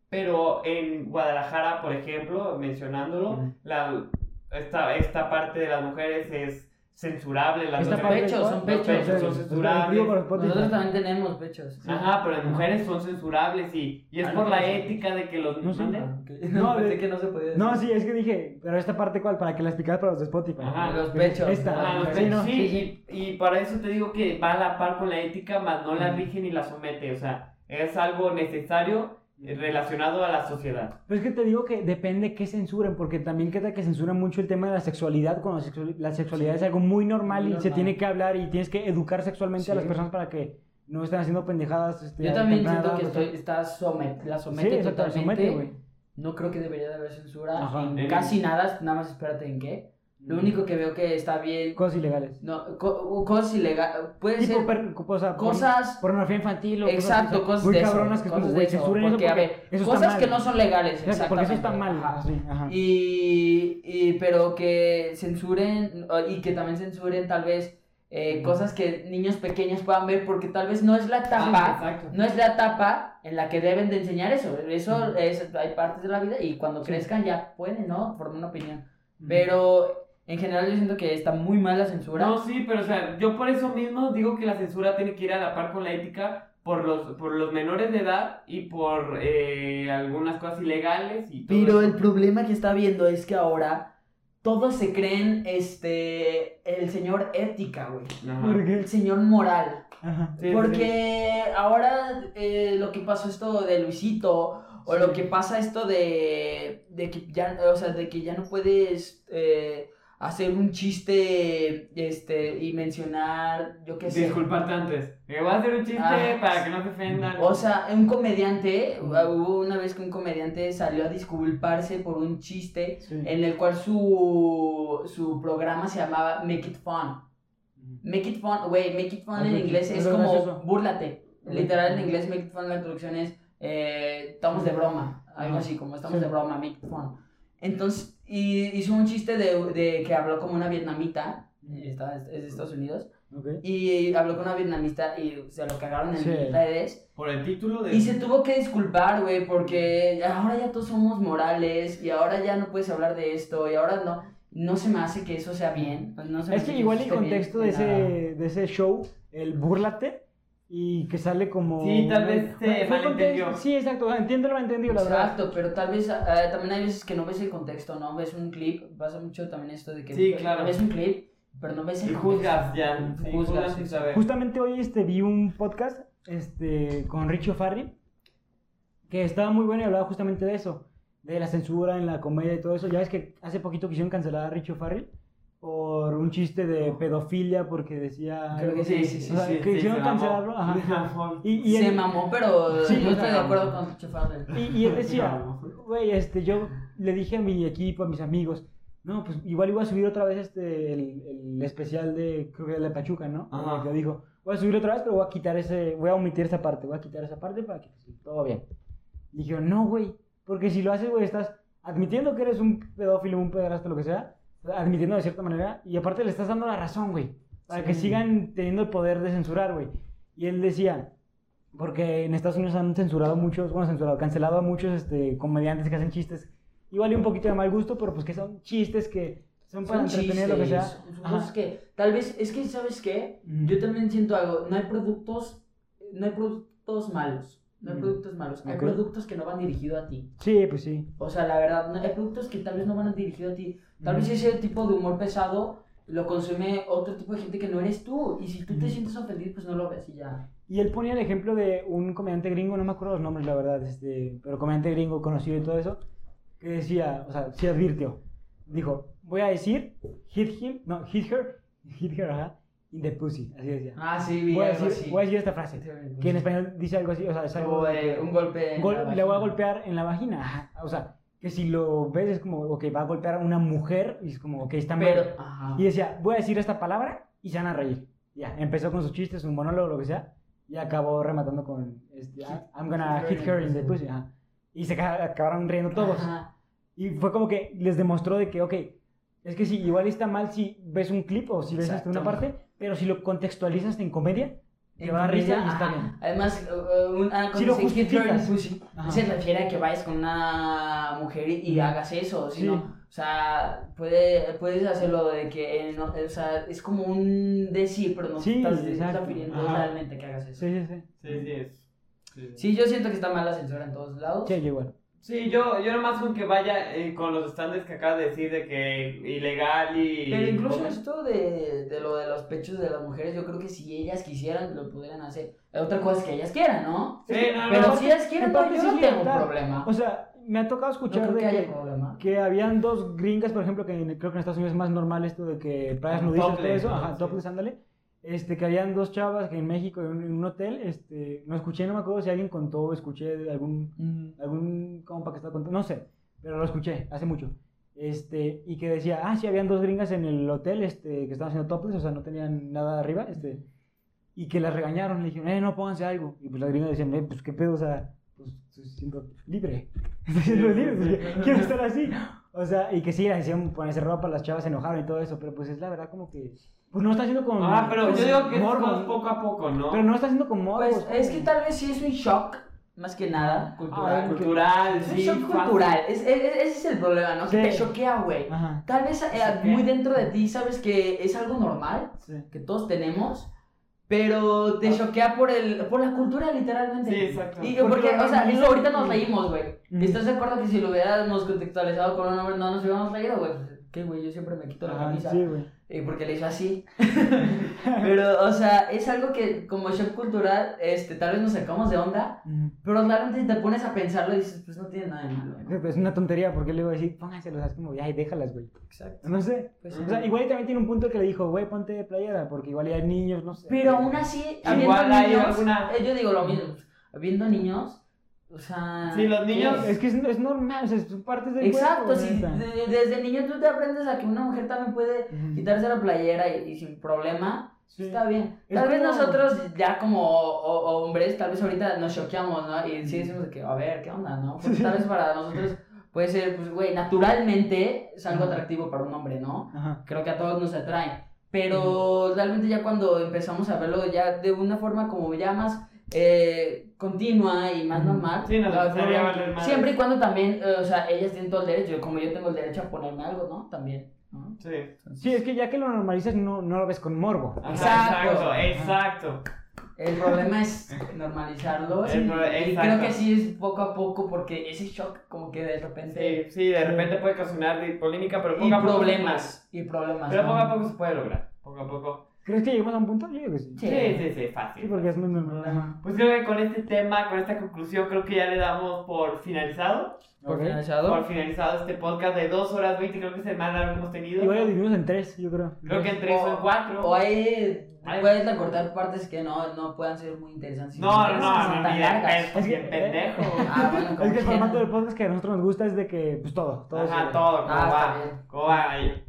S1: Pero en Guadalajara, por ejemplo, mencionándolo,
S2: Ujú.
S1: la, esta, esta parte de las mujeres es censurable. Las
S3: Esta
S1: dos-
S3: parte- pechos, son
S1: pechos, son censurables.
S3: Nosotros también tenemos pechos.
S1: Ajá, pero las mujeres son censurables y, y es
S3: Ah,
S1: por
S3: no,
S1: la
S3: no sé.
S1: ética de que los...
S2: No sé.
S1: ¿Mande?
S3: No,
S2: No,
S3: Ah, pensé
S2: de-
S3: que no se podía decir.
S2: No, sí, es que dije, pero esta parte cuál, para que la explicaras para los de Spotify.
S1: Ajá.
S3: los pechos.
S2: Esta.
S1: Ah, los
S2: Sí,
S1: tres,
S2: no.
S1: sí, y, y para eso te digo que va a la par con la ética, más no la rige ni la somete, o sea, es algo necesario eh, relacionado a la sociedad.
S2: Pero es que te digo que depende qué censuren, porque también queda que censuran mucho el tema de la sexualidad, cuando la, sexu- la sexualidad es algo muy normal
S3: Muy
S2: y se
S3: normal.
S2: tiene que hablar y tienes que educar sexualmente a
S3: Sí.
S2: las personas para que no estén haciendo pendejadas. este,
S3: Yo
S2: a
S3: también
S2: temprana
S3: siento
S2: edad,
S3: que
S2: o sea.
S3: estoy, está somet, la
S2: Sí,
S3: somete
S2: exacto, la
S3: totalmente.
S2: somete, güey.
S3: no creo que debería de haber censura
S2: Ajá. Mm.
S3: en
S1: En-
S3: casi nada, nada más espérate en qué. Lo único que veo que está bien.
S2: Cosas ilegales.
S3: No, co- cosas ilegales. Puede
S2: Tipo
S3: ser
S2: per- o sea, porno-
S3: cosas.
S2: pornografía infantil o
S3: Exacto, cosas
S2: muy
S3: de eso,
S2: cabronas que es como,
S3: cosas de
S2: güey,
S3: eso,
S2: censuren eso
S3: porque, a ver,
S2: eso está
S3: cosas
S2: mal.
S3: que no son legales.
S2: Exacto, porque eso está mal.
S3: exactamente, ajá.
S2: así, ajá.
S3: Y, y- pero que censuren o- y que también censuren tal vez eh, cosas que niños pequeños puedan ver porque tal vez no es la etapa
S1: Ah, exacto.
S3: no es la etapa en la que deben de enseñar eso eso es hay partes de la vida y cuando
S2: Sí.
S3: crezcan ya pueden no formar una opinión
S2: Ujú.
S3: pero en general yo siento que está muy mal la censura
S1: No, sí, pero o sea, yo por eso mismo digo que la censura tiene que ir a la par con la ética por los, por los menores de edad y por eh, algunas cosas ilegales y todo.
S3: Pero
S1: eso.
S3: el problema que está viendo es que ahora todos se creen este el señor ética, güey.
S1: Ajá.
S2: ¿Por qué?
S3: El señor moral.
S2: Ajá.
S1: Sí, sí, sí.
S3: Porque ahora eh, lo que pasó esto de Luisito o
S2: Sí.
S3: lo que pasa esto de, de que ya, o sea, de que ya no puedes eh, hacer un chiste este y mencionar, yo qué sé.
S1: Disculparte antes. Eh, voy a hacer un chiste
S3: Ah.
S1: para que no se ofendan.
S3: O sea, un comediante, hubo una vez que un comediante salió a disculparse por un chiste
S2: Sí.
S3: en el cual su, su programa se llamaba Make It Fun. Make It Fun, güey, Make It Fun
S2: Ok,
S3: en inglés es
S2: eso es
S3: como
S2: gracioso.
S3: búrlate.
S2: Ok.
S3: Literal en inglés Make It Fun la traducción es eh, estamos de broma, algo
S2: Ajá.
S3: así como estamos
S2: Sí.
S3: de broma, Make It Fun. Entonces, y hizo un chiste de, de que habló como una vietnamita, está- es de Estados Unidos,
S2: Ok.
S3: y habló con una vietnamita y se lo cagaron en
S2: Sí.
S3: redes.
S1: por el título de.
S3: Y se tuvo que disculpar, güey, porque ahora ya todos somos morales y ahora ya no puedes hablar de esto y ahora no. No se me hace que eso sea bien. no se me
S2: Es
S3: hace
S2: que igual el
S3: esté bien
S2: contexto de
S3: en la-
S2: ese, de ese show, el búrlate, y que sale como...
S1: Sí, tal vez se
S2: Fue contexto-
S1: malentendió.
S2: Sí, exacto, entiendo lo malentendido, la verdad.
S3: Exacto, pero tal vez eh, también hay veces que no ves el contexto, ¿no? Ves un clip, pasa mucho también esto de que
S1: Sí, claro.
S3: ves un clip, pero no ves
S1: Y
S3: el contexto.
S1: juzgas ya.
S3: Juzgas,
S1: Sí, juzgas
S3: sí,
S1: sin
S3: sí.
S1: saber.
S2: Justamente hoy este, vi un podcast este, con Richo Farri, que estaba muy bueno y hablaba justamente de eso, de la censura en la comedia y todo eso. Ya ves que hace poquito quisieron cancelar a Richo Farri por un chiste de pedofilia porque decía...
S3: Creo que
S1: Sí, sí, sí.
S2: O sea,
S1: sí,
S2: que
S1: sí,
S2: hicieron
S1: se mamó.
S2: cancelarlo, ajá.
S1: Se mamó.
S2: Y, y
S3: Se
S2: él-
S3: mamó, pero
S2: Sí,
S3: yo estoy de
S1: claro.
S3: acuerdo con Richo Farrell.
S2: Y, y él decía,
S1: Claro.
S2: güey, este, yo le dije a mi equipo, a mis amigos, no, pues igual iba a subir otra vez este, el, el especial de, creo que de la Pachuca, ¿no?
S1: Ajá.
S2: Yo dijo, voy a subir otra vez, pero voy a quitar ese, voy a omitir esa parte, voy a quitar esa parte para que pues, todo bien. Dije, no, güey, porque si lo haces, güey, estás admitiendo que eres un pedófilo, un pederasta, lo que sea, admitiendo de cierta manera, y aparte le estás dando la razón, güey, para que
S3: Sí.
S2: sigan teniendo el poder de censurar, güey. Y él decía, porque en Estados Unidos han censurado muchos, bueno, censurado, cancelado a muchos este, comediantes que hacen chistes, igual y un poquito de mal gusto, pero pues que son chistes que son para
S3: Son
S2: entretener,
S3: chistes,
S2: lo que sea.
S3: son
S2: Ajá.
S3: cosas que tal vez, es que, ¿sabes qué?
S2: Mm.
S3: Yo también siento algo, no hay productos, no hay productos malos, no hay
S2: Ujú.
S3: productos malos, hay
S2: Ok.
S3: productos que no van dirigidos a ti.
S2: Sí, pues sí.
S3: O sea, la verdad, no- hay productos que tal vez no van dirigidos a ti. Tal
S2: Ujú.
S3: vez ese tipo de humor pesado lo consume otro tipo de gente que no eres tú. Y si tú te
S2: Ujú.
S3: sientes ofendido, pues no lo ves y ya.
S2: Y él ponía el ejemplo de un comediante gringo, no me acuerdo los nombres, la verdad, este, pero comediante gringo conocido y todo eso, que decía, o sea, se advirtió. Dijo, voy a decir, hit him, no, hit her, hit her, ajá, in the pussy, así decía.
S3: Ah, sí,
S2: Voy a
S3: algo
S2: decir,
S3: así.
S2: voy a decir esta frase, que en español dice algo así, o sea, es algo
S3: O, eh, un golpe. en
S2: Gol-
S3: la
S2: le voy a
S3: vagina.
S2: golpear en la vagina, ajá, o sea, que si lo ves es como, ok, va a golpear a una mujer, y es como, ok, está mal.
S3: Pero, ajá.
S2: Y decía, voy a decir esta palabra y se van a reír. Ya, empezó con sus chistes, un monólogo, lo que sea, y acabó rematando con, este, "Ah, I'm gonna hit her in the pussy. ajá. Y se ca- acabaron riendo todos.
S3: Ajá.
S2: Y fue como que les demostró de que, ok, es que sí, igual está mal si ves un clip o si ves hasta una
S3: Exacto.
S2: parte, pero si lo contextualizas en comedia, te
S3: En
S2: va a dar risa
S3: comedia,
S2: y está
S3: ajá.
S2: bien.
S3: Además, eh, un- ah,
S2: Si
S3: cuando
S2: lo
S3: se hit her in the
S2: justificas.
S3: pussy,
S2: Ajá.
S3: Se refiere a que vayas con una mujer y, y
S2: Ujú.
S3: hagas eso,
S2: Sí.
S3: sino, o sea, puede, puedes hacerlo de que, eh, no, eh, o sea, es como un decir, pero no
S2: Sí,
S3: estás te estás
S2: exacto.
S3: refiriendo
S1: Ajá.
S3: realmente que hagas eso. Sí.
S2: Sí, sí, sí.
S1: Sí, sí, es. Sí, sí.
S3: yo siento que está mal la censura en todos lados.
S2: Sí, yo igual.
S1: Sí, yo, yo nomás con que vaya eh, con los estándares que acabas de decir de que ilegal y.
S3: Pero incluso esto de, de lo de los pechos de las mujeres, yo creo que si ellas quisieran, lo pudieran hacer. Otra cosa es que ellas quieran, ¿no?
S1: Sí, no, no.
S3: Pero
S2: parte-
S3: si ellas quieren,
S2: en
S3: no,
S2: parte
S3: yo
S2: sí
S3: no
S2: es
S3: tengo un
S2: libertad.
S3: problema.
S2: O sea, me ha tocado
S3: No
S2: escuchar
S3: creo
S2: de
S3: que
S2: que,
S3: haya problema.
S2: que habían dos gringas, por ejemplo, que en- creo que en Estados Unidos es más normal esto de que playas
S1: Ajá,
S2: nudistas, todo
S1: topless,
S2: eso,
S1: ¿no?
S2: ajá,
S1: Sí.
S2: topless, ándale. Este, que habían dos chavas que en México, en un, en un hotel, este, no escuché, no me acuerdo si alguien contó, o escuché de algún,
S3: Mm.
S2: algún compa que estaba contando, no sé, pero lo escuché hace mucho. Este, y que decía, ah, sí, habían dos gringas en el hotel este, que estaban haciendo topless, o sea, no tenían nada arriba, este, y que las regañaron, le dijeron, eh, no, pónganse algo. Y pues las gringas decían, eh, pues qué pedo, o sea, pues estoy siendo libre, estoy siendo libre, pues, quiero estar así. O sea, y que sí, las decían ponerse ropa, las chavas se enojaron y todo eso, pero pues es la verdad como que, pues no está haciendo como...
S1: Ah, pero yo
S2: pues,
S1: digo que es
S2: morbo,
S1: como poco a poco, ¿no?
S2: Pero no está haciendo como morbo,
S3: Pues
S2: ¿sabes?
S3: es que tal vez sí es un shock, más que nada,
S2: Ah,
S3: cultural.
S1: cultural,
S3: es un
S1: sí.
S3: shock
S1: fácil. Ah,
S3: cultural, es- es- es- ese es el problema, ¿no? Que
S2: Sí.
S3: te choquea, güey.
S2: Ajá,
S3: Tal vez eh,
S1: Choquea.
S3: muy dentro de ti sabes que es algo normal,
S2: sí.
S3: que todos tenemos, pero te choquea por, el, por la cultura, literalmente.
S1: Ah. Sí, exacto.
S3: Y
S2: Porque
S3: porque,
S2: lo
S3: o sea, y
S2: normalizan.
S3: ahorita nos reímos, güey.
S2: Mm.
S3: ¿Estás de acuerdo que si lo hubiéramos contextualizado con un hombre no nos hubiéramos reído, güey? Pues, ¿Qué, güey? Yo siempre me
S1: Ah,
S3: quito la
S2: Ajá,
S3: camisa.
S2: sí, güey.
S3: Eh, porque le hizo así. pero, o sea, es algo que como shock cultural, este, tal vez nos sacamos de onda,
S2: Ujú.
S3: pero realmente si te pones a pensarlo y dices, pues no tiene nada de malo. ¿no?
S2: Exacto, Es una tontería porque le iba a decir, pónganselos, es como, ay, déjalas, güey.
S3: Exacto.
S2: No sé.
S3: Pues,
S2: O sea, igual y también tiene un punto que le dijo, güey, ponte playera, porque igual ya hay niños, no sé.
S3: Pero aún así,
S1: Igual
S3: habiendo
S1: hay
S3: niños,
S1: alguna-
S3: eh, yo digo lo mismo, habiendo niños, o sea...
S1: Sí, los niños-
S2: Es que es, es normal, o sea, son partes del
S3: Exacto,
S2: cuerpo,
S3: si
S2: neta.
S3: de- desde niño tú te aprendes a que una mujer también puede
S2: Ujú.
S3: quitarse la playera y, y sin problema,
S2: Sí.
S3: está bien.
S2: Es
S3: Tal vez
S2: como-
S3: nosotros ya como o- o- hombres, tal vez ahorita nos choqueamos, ¿no? Y sí decimos de que, a ver, ¿qué onda, no? Porque tal vez para nosotros puede ser, pues, güey, naturalmente es algo
S2: Ajá.
S3: atractivo para un hombre, ¿no?
S2: Ajá.
S3: Creo que a todos nos atrae. Pero realmente ya cuando empezamos a verlo ya de una forma como ya más eh, continua y más
S2: Ujú.
S3: normal.
S1: Sí, nos
S3: la-
S1: empezaría a valer madre.
S3: Siempre y cuando también, eh, o sea, ellas tienen todo el derecho, como yo tengo el derecho a ponerme algo, ¿no? También. ¿no?
S1: Sí.
S2: Sí, es que ya que lo normalizas, no, no lo ves con morbo.
S1: Ajá,
S3: Exacto.
S1: exacto, exacto.
S3: El problema es normalizarlo.
S1: El
S3: y-
S1: pro-
S3: y
S1: exacto.
S3: creo que sí es poco a poco, porque ese shock, como que de repente.
S1: Sí, sí, de repente puede ocasionar de- polémica, pero
S3: y
S1: poco a poco.
S3: problemas. Y problemas.
S1: Pero
S3: ¿no?
S1: poco a poco se puede lograr. Poco a poco.
S2: ¿Crees que lleguemos a un punto? Yo digo que sí.
S1: Sí,
S3: Sí.
S1: sí, sí,
S2: Sí,
S1: fácil.
S2: porque es muy normal. Ajá.
S3: Ajá.
S1: Pues creo que con este tema, con esta conclusión, creo que ya le damos por finalizado.
S3: Por
S2: Ok.
S3: finalizado.
S1: Por finalizado este podcast de 2 horas 20, creo que es el más largo que hemos tenido.
S2: Igual lo dividimos en tres, yo creo.
S1: Creo que en 3 o en 4.
S3: O hay.
S1: Ay.
S3: Puedes recortar partes que no, no puedan ser muy interesantes.
S1: No, no,
S3: Pero
S1: no,
S3: son
S1: no,
S3: tan
S1: ni de
S3: largas.
S1: pedo, pues,
S2: Es que-
S1: bien pendejo.
S3: Ah, bueno, como
S2: Es que el
S3: quieran.
S2: formato del podcast que a nosotros nos gusta es de que, pues todo, todo. se
S1: Ajá,
S2: ve.
S1: todo, como
S3: Ah, está
S1: va.
S3: bien.
S1: Como va ahí.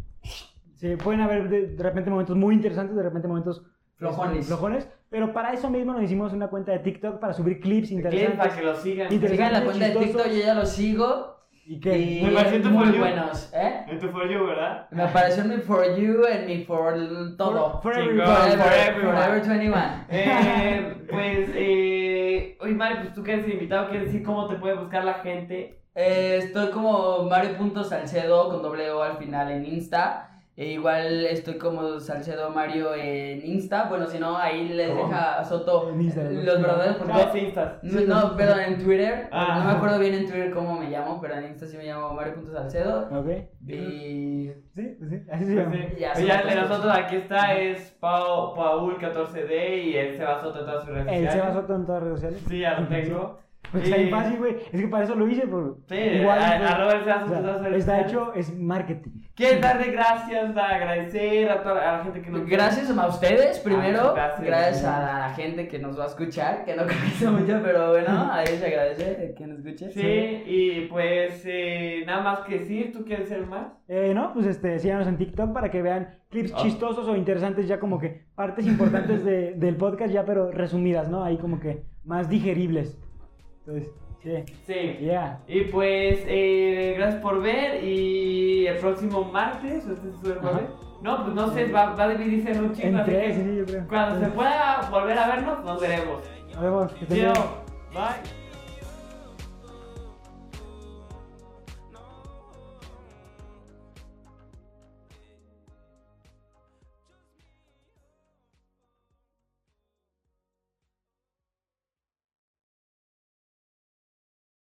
S2: Sí, pueden haber de, de repente momentos muy interesantes, de repente momentos
S3: Flojones.
S2: este, flojones, pero para eso mismo nos hicimos una cuenta de TikTok para subir clips
S1: Clip
S2: interesantes.
S1: para que lo sigan.
S2: Inter-
S3: Sigan la cuenta de
S2: Chistosos.
S3: TikTok, yo ya lo sigo.
S1: pues,
S2: Y que
S3: Y
S1: Me pareció tu
S3: muy
S1: folio.
S3: buenos, ¿eh?
S1: En tu For You, ¿verdad?
S3: Me apareció en mi For You, en mi For todo.
S2: For, for
S1: Chingón.
S2: everybody.
S1: For
S3: Forever,
S1: everyone.
S3: Forever 21.
S1: Eh, pues, eh, oye, Mari, pues tú que eres el invitado, ¿quieres decir cómo te puede buscar la gente?
S3: Eh, estoy como Mario.salcedo con doble O al final en Insta. E igual estoy como Salcedo Mario en Insta. Bueno, si no, ahí les
S1: ¿Cómo?
S3: deja Soto
S2: En Instagram.
S3: los verdaderos. Porque...
S1: Los instas.
S3: No, no, perdón, en Twitter.
S1: Ah.
S3: No me acuerdo bien en Twitter cómo me llamo, pero en Insta sí me llamo Mario.salcedo.
S2: Ok.
S3: Y.
S2: Sí, pues sí, así se
S1: Pues,
S2: llama.
S1: eh,
S3: Ya,
S1: pues ya,
S3: son
S1: el de
S3: otras
S1: nosotros aquí está es Pau, Paul14D y el Sebasoto en todas sus redes
S2: El
S1: sociales.
S2: Seba Soto en todas las redes sociales.
S1: pues Sí, ya lo tengo.
S2: Pues está bien
S1: Y-
S2: fácil, güey. Es que para eso lo hice, por.
S1: Sí,
S2: igual,
S1: a-
S2: güey.
S1: arroba el Seba
S2: O
S1: Soto en todas sus
S2: sea,
S1: redes
S2: está
S1: sociales.
S2: hecho, es marketing.
S1: Quiero darle gracias, a agradecer a toda a la gente que nos
S3: Gracias a ustedes primero,
S1: Ah, gracias.
S3: gracias, a la gente que nos va a escuchar, que no conoce mucho, pero bueno, ahí se agradece que nos escuche.
S1: Sí, y pues eh, nada más que decir, ¿tú quieres ser más?
S2: Eh, no, pues este, síganos en TikTok para que vean clips
S1: Ah.
S2: chistosos o interesantes, ya como que partes importantes de- del podcast, ya pero resumidas, ¿no? Ahí como que más digeribles. Entonces, sí,
S1: Sí.
S2: ya.
S1: Y pues eh, gracias por ver y el próximo martes, o este es el jueves.
S2: Ajá.
S1: No, pues no sé, va, va a dividirse en un chingo.
S2: En
S1: así
S2: tres,
S1: que
S2: sí, yo creo.
S1: Cuando se pueda volver a vernos, nos veremos.
S2: Nos vemos. que estén
S1: Chao.
S2: bien.
S1: Bye.